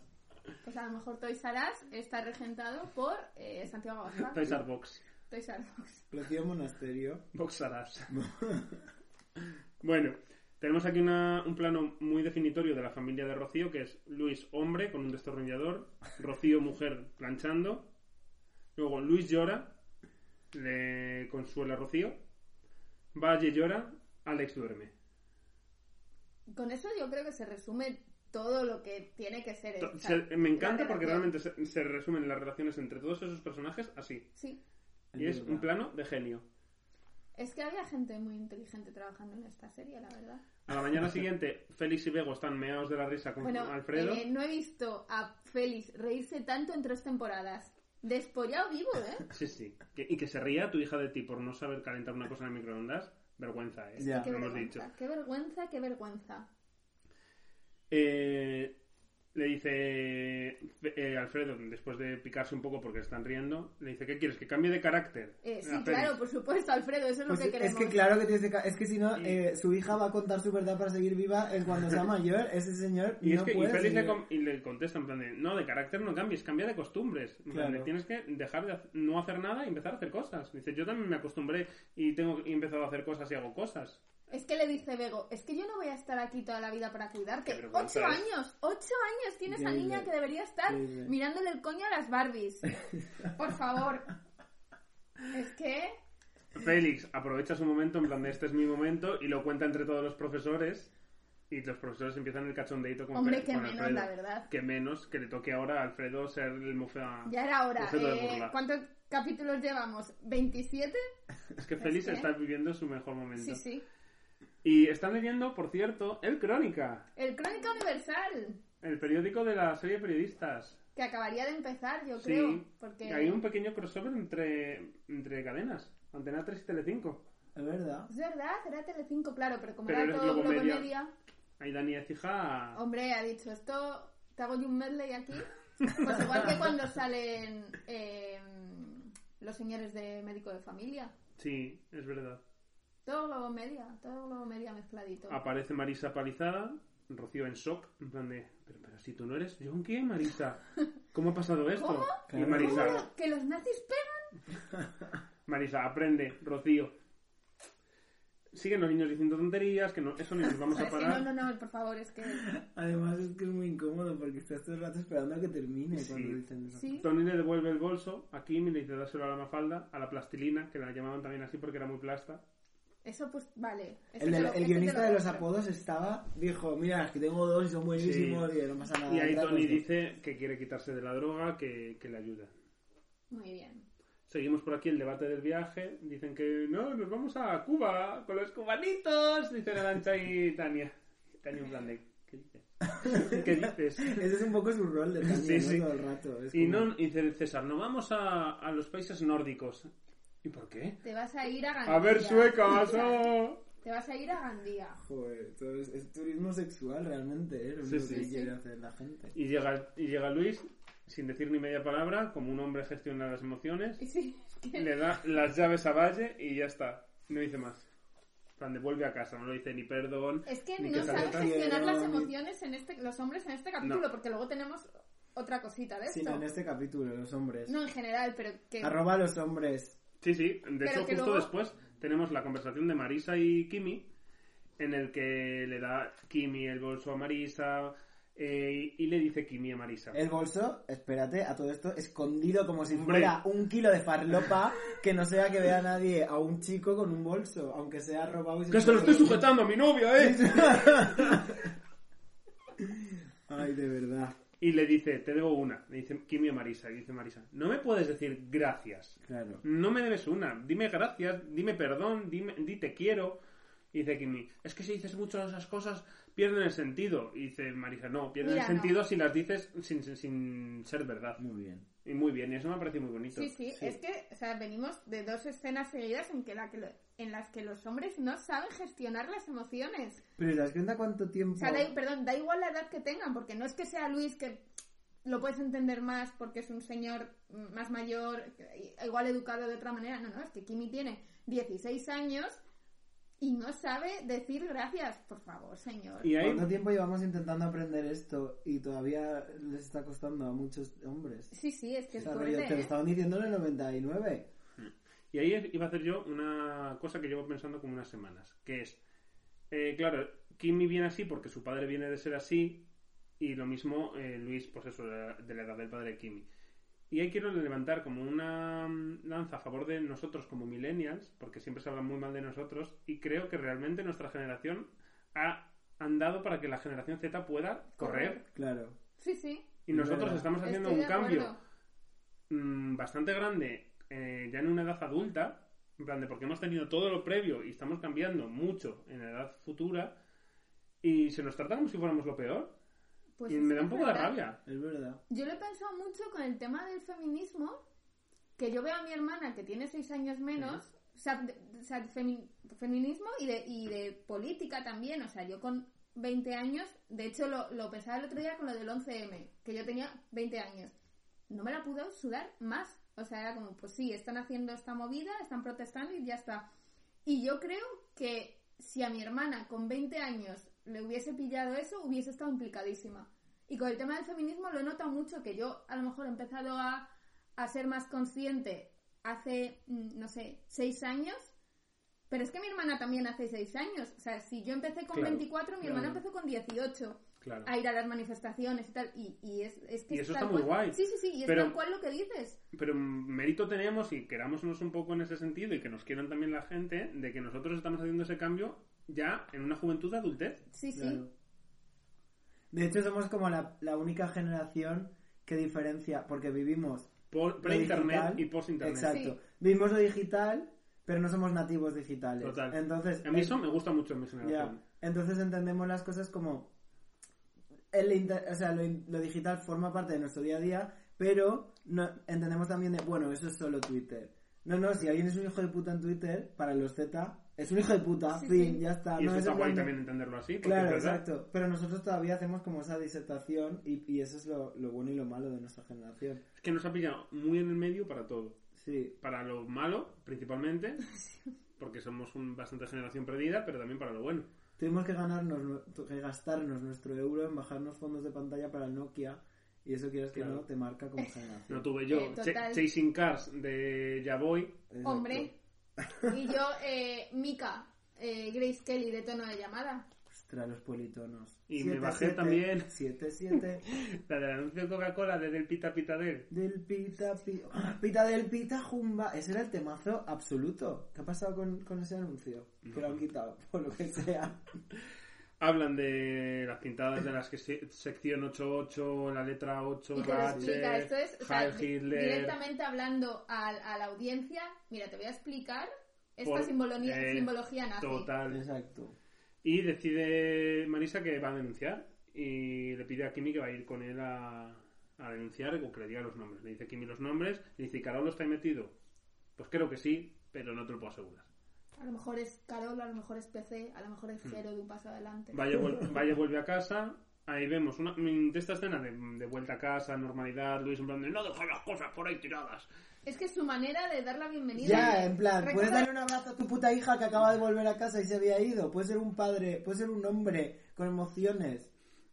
Pues a lo mejor Toys R Us está regentado por eh, Santiago Abascal. Toys R Box. Toys R Us. Rocío Monasterio. Box R Us. bueno, tenemos aquí una- un plano muy definitorio de la familia de Rocío, que es Luis hombre con un destornillador, Rocío mujer planchando, luego Luis llora, le consuela a Rocío, Valle llora, Alex duerme. Con eso yo creo que se resume todo lo que tiene que ser. To- o sea, se- me encanta la porque relación. realmente se, se resumen las relaciones entre todos esos personajes así. Sí. Y es un plano de genio. Es que había gente muy inteligente trabajando en esta serie, la verdad. A la mañana siguiente, Félix y Bego están meados de la risa con Bueno, Alfredo. eh, no he visto a Félix reírse tanto en tres temporadas. Despollado vivo, ¿eh? Sí, sí. Que- y que se ría tu hija de ti por no saber calentar una cosa en el microondas. Vergüenza, ¿eh? Ya. qué, lo hemos dicho. vergüenza, qué vergüenza, qué vergüenza. Eh, le dice eh, Alfredo, después de picarse un poco porque están riendo, le dice, ¿qué quieres? ¿Que cambie de carácter? Eh, sí, A Félix. claro, por supuesto, Alfredo, eso Pues es lo que es queremos. que claro que tienes que... ca- Es que si no, Y- eh, su hija va a contar su verdad para seguir viva eh, cuando sea mayor. Ese señor Y no es que y puede Félix le, seguir- com- y le contesta en plan de, no, de carácter no cambies, cambia de costumbres. En plan de, Claro. tienes que dejar de ha- no hacer nada y empezar a hacer cosas. Dice, yo también me acostumbré y tengo y he empezado a hacer cosas y hago cosas. Es que le dice Bego, es que yo no voy a estar aquí toda la vida para Qué cuidarte. vergüenza ¿eh? Ocho es. años, ocho años tiene esa Increíble. niña que debería estar Increíble. mirándole el coño a las Barbies. Por favor. Es que Félix aprovecha su momento en plan de, este es mi momento y lo cuenta entre todos los profesores y los profesores empiezan el cachondeito con Hombre, Fe- que con menos, Alfredo. la verdad. Que menos que le toque ahora a Alfredo ser el mofa. ya era hora. objeto de Eh, burla. ¿Cuántos capítulos llevamos? ¿27? Es que Félix que- está viviendo su mejor momento. Sí, sí. Y están leyendo, por cierto, El Crónica, El Crónica Universal, el periódico de la serie de periodistas. que acabaría de empezar, yo Sí, creo. Porque... hay un pequeño crossover entre, entre cadenas, Antena 3 y Telecinco. Es verdad. Es verdad, era Telecinco, claro, pero como Pero era eres todo Globo Globomedia. Media, Ahí Dani Ecija... Hombre, ha dicho esto, te hago yo un medley aquí. Pues igual que cuando salen eh, los señores de médico de familia. Sí, es verdad. Todo globo media, todo globo media mezcladito. Aparece Marisa palizada, Rocío en shock, en plan de... Pero, pero si tú no eres... ¿Yo con quién, Marisa? ¿Cómo ha pasado esto? ¿Cómo? Y Marisa... ¿Cómo que los nazis pegan? Marisa, aprende, Rocío. Siguen los niños diciendo tonterías, que no, eso ni nos vamos a Es que parar. no, no, no, por favor, es que... Además es que es muy incómodo porque estás todo el rato esperando a que termine Sí. cuando dicen eso. Sí, Tony le devuelve el bolso a Kim y le dice dáselo a la mafalda, a la plastilina, que la llamaban también así porque era muy plasta. eso pues vale. Eso El, te de- lo- el eso te guionista lo de los compro. apodos estaba, dijo, mira, es que tengo dos y son buenísimos Sí. y no pasa nada. Y ahí Otra Tony cosa. dice que quiere quitarse de la droga, que, que le ayuda. Muy bien. Seguimos por aquí el debate del viaje. Dicen que no, nos vamos a Cuba con los cubanitos, dicen Arancha y Tania. Tania en plan de, ¿qué dices? ¿Qué dices? Ese es un poco su rol de Tania, ¿no? Sí, sí. Todo el rato. Es Y como- no, y dice César, no vamos a, a los países nórdicos. ¿Y por qué? Te vas a ir a Gandía. A ver, suecas. ah. Te vas a ir a Gandía. Joder, todo es, es turismo sexual realmente, ¿eh? Lo Sí, único sí. que Sí, quiere sí. hacer la gente. Y llega, y llega Luis, sin decir ni media palabra, como un hombre gestiona las emociones, Y sí, es que- le da las llaves a Valle y ya está. No dice más. Plan, devuelve a casa, no le dice ni perdón. Es que ni no que saben salga. gestionar Ni- las emociones en este, los hombres en este capítulo, No. porque luego tenemos otra cosita de esto. Sino en este capítulo, los hombres. No en general, pero que Arroba a los hombres. Sí, sí, de Pero hecho, que justo luego- después tenemos la conversación de Marisa y Kimi, en el que le da Kimi el bolso a Marisa eh, y le dice Kimi a Marisa. El bolso, espérate, a todo esto, escondido como si Hombre. fuera un kilo de farlopa que no sea que vea nadie a un chico con un bolso, aunque sea robado y ¡Que se lo estoy sujetando! sujetando a mi novia, eh! Ay, de verdad. Y le dice, te debo una. Le dice Kimi a Marisa. Y dice Marisa, no me puedes decir gracias. Claro. No me debes una. Dime gracias, dime perdón, dime, di te quiero. Y dice Kimi, es que si dices mucho de esas cosas, pierden el sentido. Y dice Marisa, no, pierden Mira, el sentido si las dices sin, sin, sin ser verdad. Muy bien. Y muy bien, y eso me ha parecido muy bonito. sí, sí, es que o sea, venimos de dos escenas seguidas en que la que lo- en las que los hombres no saben gestionar las emociones. Pero ¿te das cuenta cuánto O tiempo? sea, da, perdón, da igual la edad que tengan, porque no es que sea Luis que lo puedes entender más porque es un señor mm, más mayor, que- igual educado de otra manera. No, no, es que Kimi tiene 16 años y no sabe decir gracias. Por favor, señor. Y ahí, ¿Cuánto tiempo llevamos intentando aprender esto y todavía les está costando a muchos hombres? Sí, sí, es que es O sea, rollo, fuerte. te lo ¿eh? estaban diciendo en el 99. y ahí iba a hacer yo una cosa que llevo pensando como unas semanas, que es, eh, claro, Kimi viene así porque su padre viene de ser así, y lo mismo eh, Luis, pues eso, de la- de la edad del padre de Kimi. Y ahí quiero levantar como una mm, lanza a favor de nosotros como millennials, porque siempre se habla muy mal de nosotros, y creo que realmente nuestra generación ha andado para que la generación Z pueda correr. Claro. Sí, sí. Y nosotros Verdad. estamos haciendo Estoy un de cambio acuerdo. mm, bastante grande eh, ya en una edad adulta, en plan de porque hemos tenido todo lo previo y estamos cambiando mucho en la edad futura y se nos trata como si fuéramos lo peor Pues y es me que da un es poco de verdad. rabia. Es verdad. Yo lo he pensado mucho con el tema del feminismo, que yo veo a mi hermana que tiene seis años menos, o sea, de- o sea, de femi- feminismo y de, y de política también, o sea, yo con 20 años, de hecho lo, lo pensaba el otro día con lo del 11M, que yo tenía 20 años, no me la pudo sudar más, o sea, era como, pues sí, están haciendo esta movida, están protestando y ya está. Y yo creo que si a mi hermana con 20 años le hubiese pillado eso, hubiese estado implicadísima. Y con el tema del feminismo lo he notado mucho, que yo a lo mejor he empezado a, a ser más consciente hace, mm, no sé, seis años, pero es que mi hermana también hace seis años. O sea, si yo empecé con Claro, 24, mi hermana claro. empezó con 18 Claro. a ir a las manifestaciones y tal. Y, y es, es que Y es eso tal está muy cual- guay. Sí, sí, sí, y es Pero- tal cual lo que dices. Pero mm, mérito tenemos y querámonos un poco en ese sentido y que nos quieran también la gente de que nosotros estamos haciendo ese cambio ya en una juventud de adultez. Sí, sí. Claro. De hecho, somos como la, la única generación que diferencia, porque vivimos Por- lo Pre-internet digital- y post-internet. Exacto. Sí. Vivimos lo digital, pero no somos nativos digitales. Total. Entonces, A mí eh, eso me gusta mucho en mi generación. ya. Entonces entendemos las cosas como el inter- o sea, lo, in- lo digital forma parte de nuestro día a día, pero no entendemos también de, bueno, eso es solo Twitter. No, no, si alguien es un hijo de puta en Twitter, para los Z, es un hijo de puta, Sí, fin, sí. ya está. Y no es eso está en guay plan de- también entenderlo así. porque Claro, es verdad. exacto. Pero nosotros todavía hacemos como esa disertación y, y eso es lo, lo bueno y lo malo de nuestra generación. Es que nos ha pillado muy en el medio para todo. Sí, Para lo malo, principalmente, porque somos un, bastante generación perdida, pero también para lo bueno. tuvimos que ganarnos, nu- que gastarnos nuestro euro en bajarnos fondos de pantalla para el Nokia y eso quieras que Claro. no, te marca como generación. No tuve yo Eh, total. Ch- Chasing Cars de Yaboy. Exacto. Hombre. Y yo, eh, Mika, eh, Grace Kelly de tono de llamada. Ostras, los politonos. Y me bajé también. 7-7 La del anuncio de Coca-Cola de Del Pita Pita Del. del pita, pita, pita del pita jumba. Ese era el temazo absoluto. ¿Qué ha pasado con, con ese anuncio? Que lo han quitado, por lo que sea. Hablan de las pintadas de las que se- sección 88, la letra 8, Y te lo explica. Ratchet, Esto es o sea, Heil di- Hitler. directamente hablando a, a la audiencia. Mira, te voy a explicar esta Por- simbología, eh, simbología nazi. Total. Exacto. Y decide Marisa que va a denunciar y le pide a Kimi que va a ir con él a, a denunciar o que le diga los nombres. Le dice Kimi los nombres, le dice, ¿Carol lo está ahí metido? Pues creo que sí, pero no te lo puedo asegurar. A lo mejor es Carol, a lo mejor es PC, a lo mejor es Gero de un paso adelante. Mm. Vaya, vuel- Vaya vuelve a casa, ahí vemos una, mm, de esta escena de, de vuelta a casa, normalidad, Luis en plan de, no dejar las cosas por ahí tiradas. Es que es su manera de dar la bienvenida. Ya, en plan, Recuerda- puedes darle un abrazo a tu puta hija que acaba de volver a casa y se había ido. Puede ser un padre, puede ser un hombre con emociones.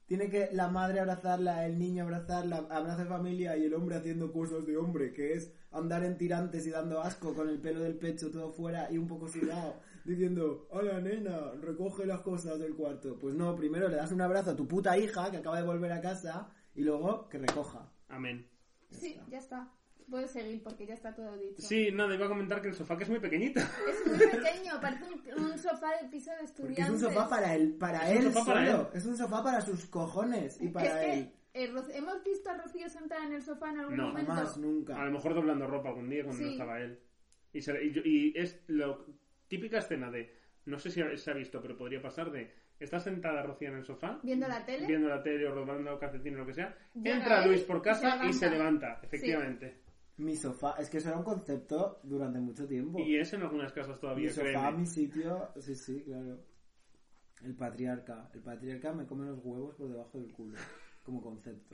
Tiene que la madre abrazarla, el niño abrazarla, abraza familia y el hombre haciendo cosas de hombre, que es andar en tirantes y dando asco con el pelo del pecho todo fuera y un poco sudado, diciendo, hola nena, recoge las cosas del cuarto. Pues no, primero le das un abrazo a tu puta hija que acaba de volver a casa y luego que recoja. Amén. Sí, ya está. Puedes seguir porque ya está todo dicho. Sí, nada, iba a comentar que el sofá que es muy pequeñito. Es muy pequeño, parece un, un sofá de piso de Porque estudiantes. es un sofá para él, para Es un él sofá para solo. él. Es un sofá para sus cojones y para es que, él. eh, Ro- hemos visto a Rocío sentada en el sofá en algún No, momento. Más A nunca. lo mejor doblando ropa algún día cuando no Sí. estaba él. Y, se- y yo- y es la típica escena de, no sé si se ha visto, pero podría pasar de, está sentada Rocía en el sofá, Viendo la tele. viendo la tele o robando calcetines o lo que sea, Llega entra él Luis por y casa se y se levanta. levanta, efectivamente. Mi sofá, es que eso era un concepto durante mucho tiempo. Y es en algunas casas Mi todavía, sofá, créeme. mi sitio, sí, sí, claro. El patriarca. El patriarca me come los huevos por debajo del culo. como concepto.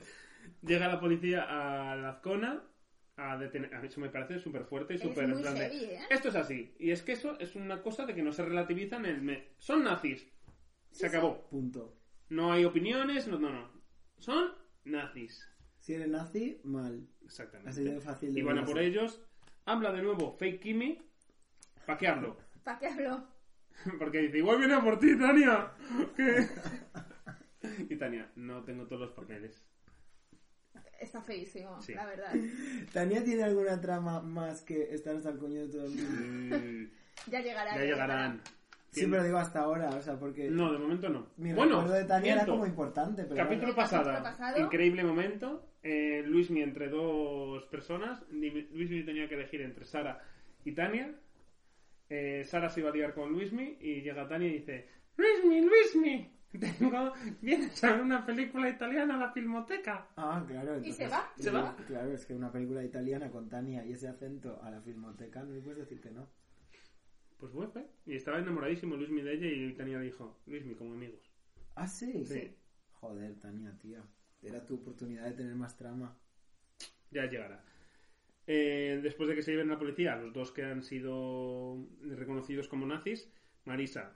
Llega la policía a la zona a detener. A mí eso me parece súper fuerte y Es súper. en muy plan de, heavy, ¿eh? Esto es así. Y es que eso es una cosa de que no se relativizan el. me- Son nazis. Se Sí, sí. acabó. Punto. No hay opiniones, no, no, no. Son nazis. Si eres nazi, mal. Exactamente. Así de fácil de y van a verlo. por ellos. Habla de nuevo Fake Kimi. ¿Para qué hablo? ¿Para qué habló? Porque dice, igual viene a por ti, Tania. ¿Qué? y Tania, no tengo todos los papeles. Está feísimo, Sí. la verdad. ¿Tania tiene alguna trama más que estar hasta el coño de todo el mundo? Mm, Ya llegará. ya llegarán. Sí, pero digo hasta ahora, o sea, porque No, de momento no. mi bueno, recuerdo de Tania era miento. como importante, pero Capítulo Capítulo pasado. pasado. Increíble momento. Eh, Luismi entre dos personas. Ni- Luismi tenía que elegir entre Sara y Tania. Eh, Sara se iba a liar con Luismi y llega Tania y dice: Luismi, Luismi, tengo... vienes a ver una película italiana a la filmoteca. Ah, claro. ¿Y entonces- se va? ¿Se va? Claro, es que una película italiana con Tania y ese acento a la filmoteca, no le puedes decir que no. Pues fue, fue. Y estaba enamoradísimo Luismi de ella y Tania dijo: Luismi, como amigos. Ah, sí. Sí. Joder, Tania, tía. Era tu oportunidad de tener más trama. Ya llegará. Eh, después de que se lleven la policía, los dos que han sido reconocidos como nazis, Marisa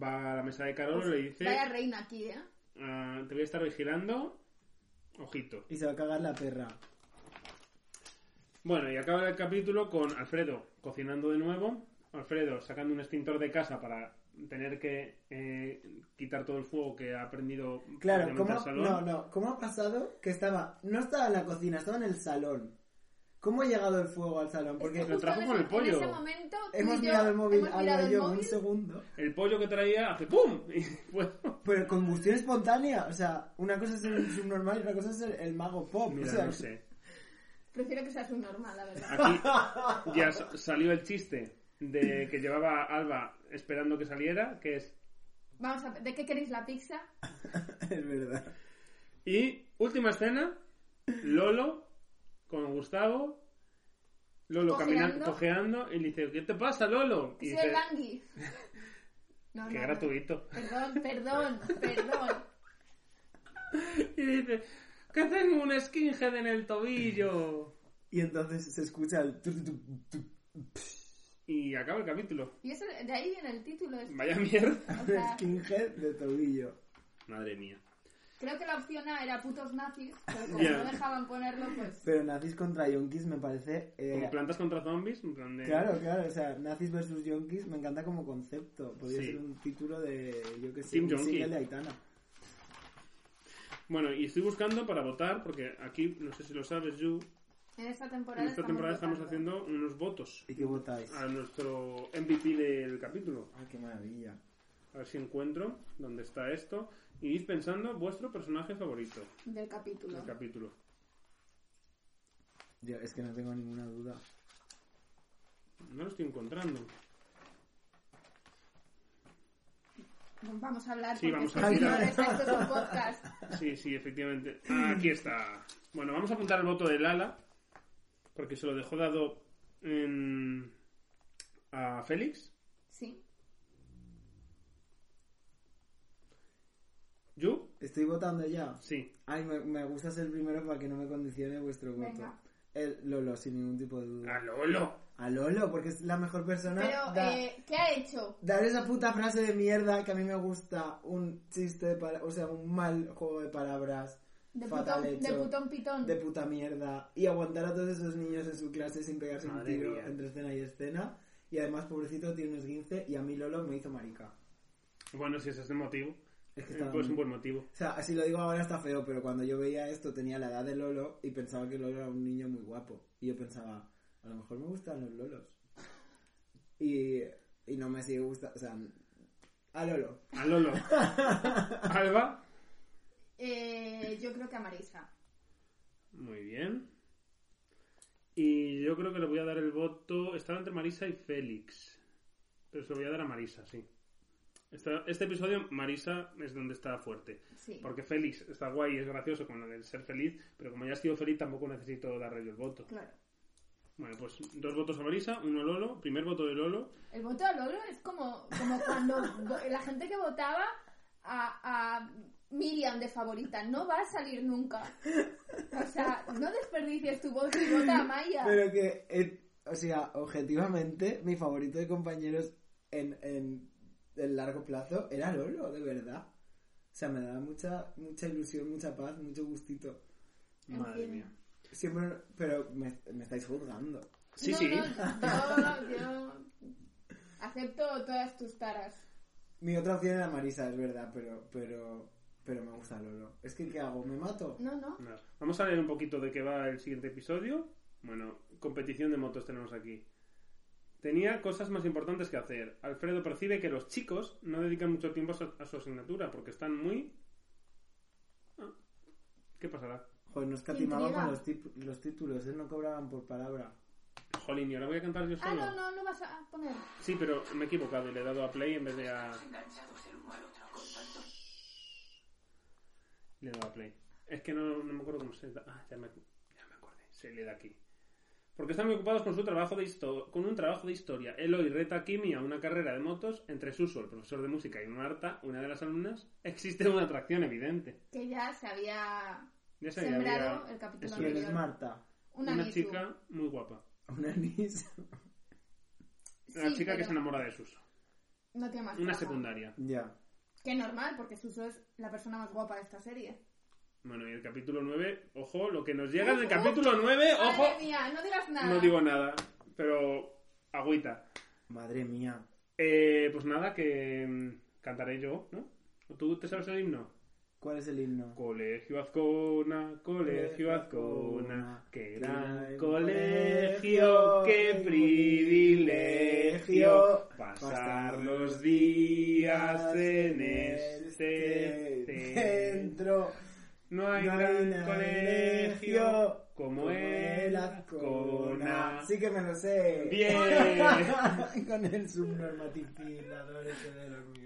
va a la mesa de Carol y le dice: Vaya reina aquí, ¿eh? "Ah, Te voy a estar vigilando. Ojito. Y se va a cagar la perra. Bueno, y acaba el capítulo con Alfredo cocinando de nuevo. Alfredo sacando un extintor de casa para tener que eh, quitar todo el fuego que ha prendido Claro, prácticamente ¿cómo, al salón. no, no, ¿cómo ha pasado que estaba, no estaba en la cocina, estaba en el salón? ¿Cómo ha llegado el fuego al salón? Porque Es que lo trajo justo en con ese- el pollo. En ese momento, tú y hemos yo mirado el móvil, hemos mirado ahora el yo, móvil. un segundo. El pollo que traía hace ¡pum! Y fuego. Pero combustión espontánea, o sea, una cosa es el subnormal y otra cosa es el, el mago pop. o Mira, sea, no sé. Prefiero que seas un normal, la Ah. verdad. Aquí ya sa- salió el chiste de que llevaba Alba esperando que saliera, que es... Vamos a ver, ¿de qué queréis la pizza? Es verdad. Y última escena, Lolo con Gustavo, Lolo caminando, Cojeando. cojeando, y le dice, ¿qué te pasa, Lolo? Y Soy dice, el Langui. No, qué no, no. gratuito. Perdón, perdón, perdón. Y dice, que tengo un skinhead en el tobillo. Y entonces se escucha el... tu, tu, tu, tu. Y acaba el capítulo. Y eso, de ahí viene el título. es- Vaya mierda. o sea, Skinhead de tobillo. Madre mía. creo que la opción A era putos nazis, pero como Ya. no dejaban ponerlo, pues... Pero nazis contra yonkis me parece... eh, Como plantas contra zombies, en plan de... claro, claro, o sea, nazis versus yonkis me encanta como concepto. Podría Sí. ser un título de, yo qué sé, Team un Yonki. single de Aitana. Bueno, y estoy buscando para votar, porque aquí, no sé si lo sabes, Yu, En esta temporada, en esta temporada estamos votando. haciendo unos votos ¿Y qué votáis? a nuestro MVP del capítulo. Ah, qué maravilla. A ver si encuentro dónde está esto. Y id pensando vuestro personaje favorito Del capítulo. del capítulo. Yo es que no tengo ninguna duda. No lo estoy encontrando. Vamos a hablar Sí, porque vamos a esto es- hablar. esto es un este podcast. Sí, sí, efectivamente. Aquí está. Bueno, vamos a apuntar el voto de Lala, porque se lo dejó dado en- a Félix. Sí. ¿Yu? ¿Estoy votando ya? Sí. Ay, me, me gusta ser primero para que no me condicione vuestro voto. Venga. El Lolo, sin ningún tipo de duda. ¡A Lolo! A Lolo, porque es la mejor persona. Pero, da- eh, ¿qué ha hecho? Dar esa puta frase de mierda que a mí me gusta, un chiste, de pala- o sea, un mal juego de palabras, De fatal putón, de hecho, putón pitón. de puta mierda, y aguantar a todos esos niños en su clase sin pegarse Madre un tiro mía. entre escena y escena, y además, pobrecito, tiene un esguince, y a mí Lolo me hizo marica. Bueno, si ese es el motivo. Es que eh, estaba Pues un muy- buen motivo. O sea, así lo digo ahora está feo, pero cuando yo veía esto tenía la edad de Lolo y pensaba que Lolo era un niño muy guapo. Y yo pensaba, a lo mejor me gustan los Lolos. Y, y no me sigue gustando, o sea, a Lolo. A Lolo. Alba. Eh, yo creo que a Marisa. Muy bien. Y yo creo que le voy a dar el voto. Estaba entre Marisa y Félix. Pero se lo voy a dar a Marisa, sí. Esta- este episodio, Marisa es donde está fuerte. Sí. Porque Félix está guay y es gracioso con lo del ser feliz. Pero como ya he sido feliz, tampoco necesito darle yo el voto. Claro. Bueno, pues dos votos a Marisa, uno a Lolo. Primer voto de Lolo. El voto a Lolo es como, como cuando vo- la gente que votaba a, a Miriam de favorita, no va a salir nunca. O sea, no desperdicies tu voz y vota a Maya. Pero que, eh, o sea, objetivamente, mi favorito de compañeros en, en el largo plazo era Lolo, de verdad. O sea, me daba mucha, mucha ilusión, mucha paz, mucho gustito. Madre En fin. mía. Siempre, pero me, me estáis juzgando. Sí, No, sí. no, yo, yo acepto todas tus taras. Mi otra opción era Marisa, es verdad, pero, pero, pero me gusta Lolo. Es que, ¿qué hago? ¿Me mato? No, no. Nada. Vamos a leer un poquito de qué va el siguiente episodio. Bueno, competición de motos tenemos aquí. Tenía cosas más importantes que hacer. Alfredo percibe que los chicos no dedican mucho tiempo a su, a su asignatura porque están muy... Ah, ¿Qué pasará? Joder, no escatimaban Intriga. con los, tip- los títulos, ¿eh? no cobraban por palabra. Jolín, ¿y ahora voy a cantar yo Ah, solo? no, no, no vas a poner. Sí, pero me he equivocado y le he dado a play en vez de a... Le he dado a play. Es que no, no me acuerdo cómo se da. Ah, ya me, ya me acordé. Se le da aquí. Porque están muy ocupados con su trabajo de histo- con un trabajo de historia. Eloy reta a Kimi a una carrera de motos. Entre Suso, el profesor de música, y Marta, una de las alumnas, existe una atracción evidente. Que ya se había Ya se había- sembrado había- el capítulo Eso ¿Quién anterior. es Marta? Una, una Misu. chica muy guapa. Una anís. Sí, Una chica que pero se enamora de Suso. No tiene más. Una trama. secundaria. ya. Que normal, porque Suso es la persona más guapa de esta serie. Bueno, y el capítulo 9, ojo, lo que nos llega del capítulo 9, Eh, ojo, Madre mía, no digas nada. no digo nada, pero agüita. Madre mía. Eh, pues nada, que mm, cantaré yo, ¿no? ¿O ¿Tú te sabes el himno? ¿Cuál es el himno? Colegio Azcona, colegio Azcona, qué gran colegio, qué privilegio pasar los días en este centro. No hay No hay gran gran colegio colegio como el Azcona. Sí que me lo sé. Bien. Con el subnormatizador ese de los míos.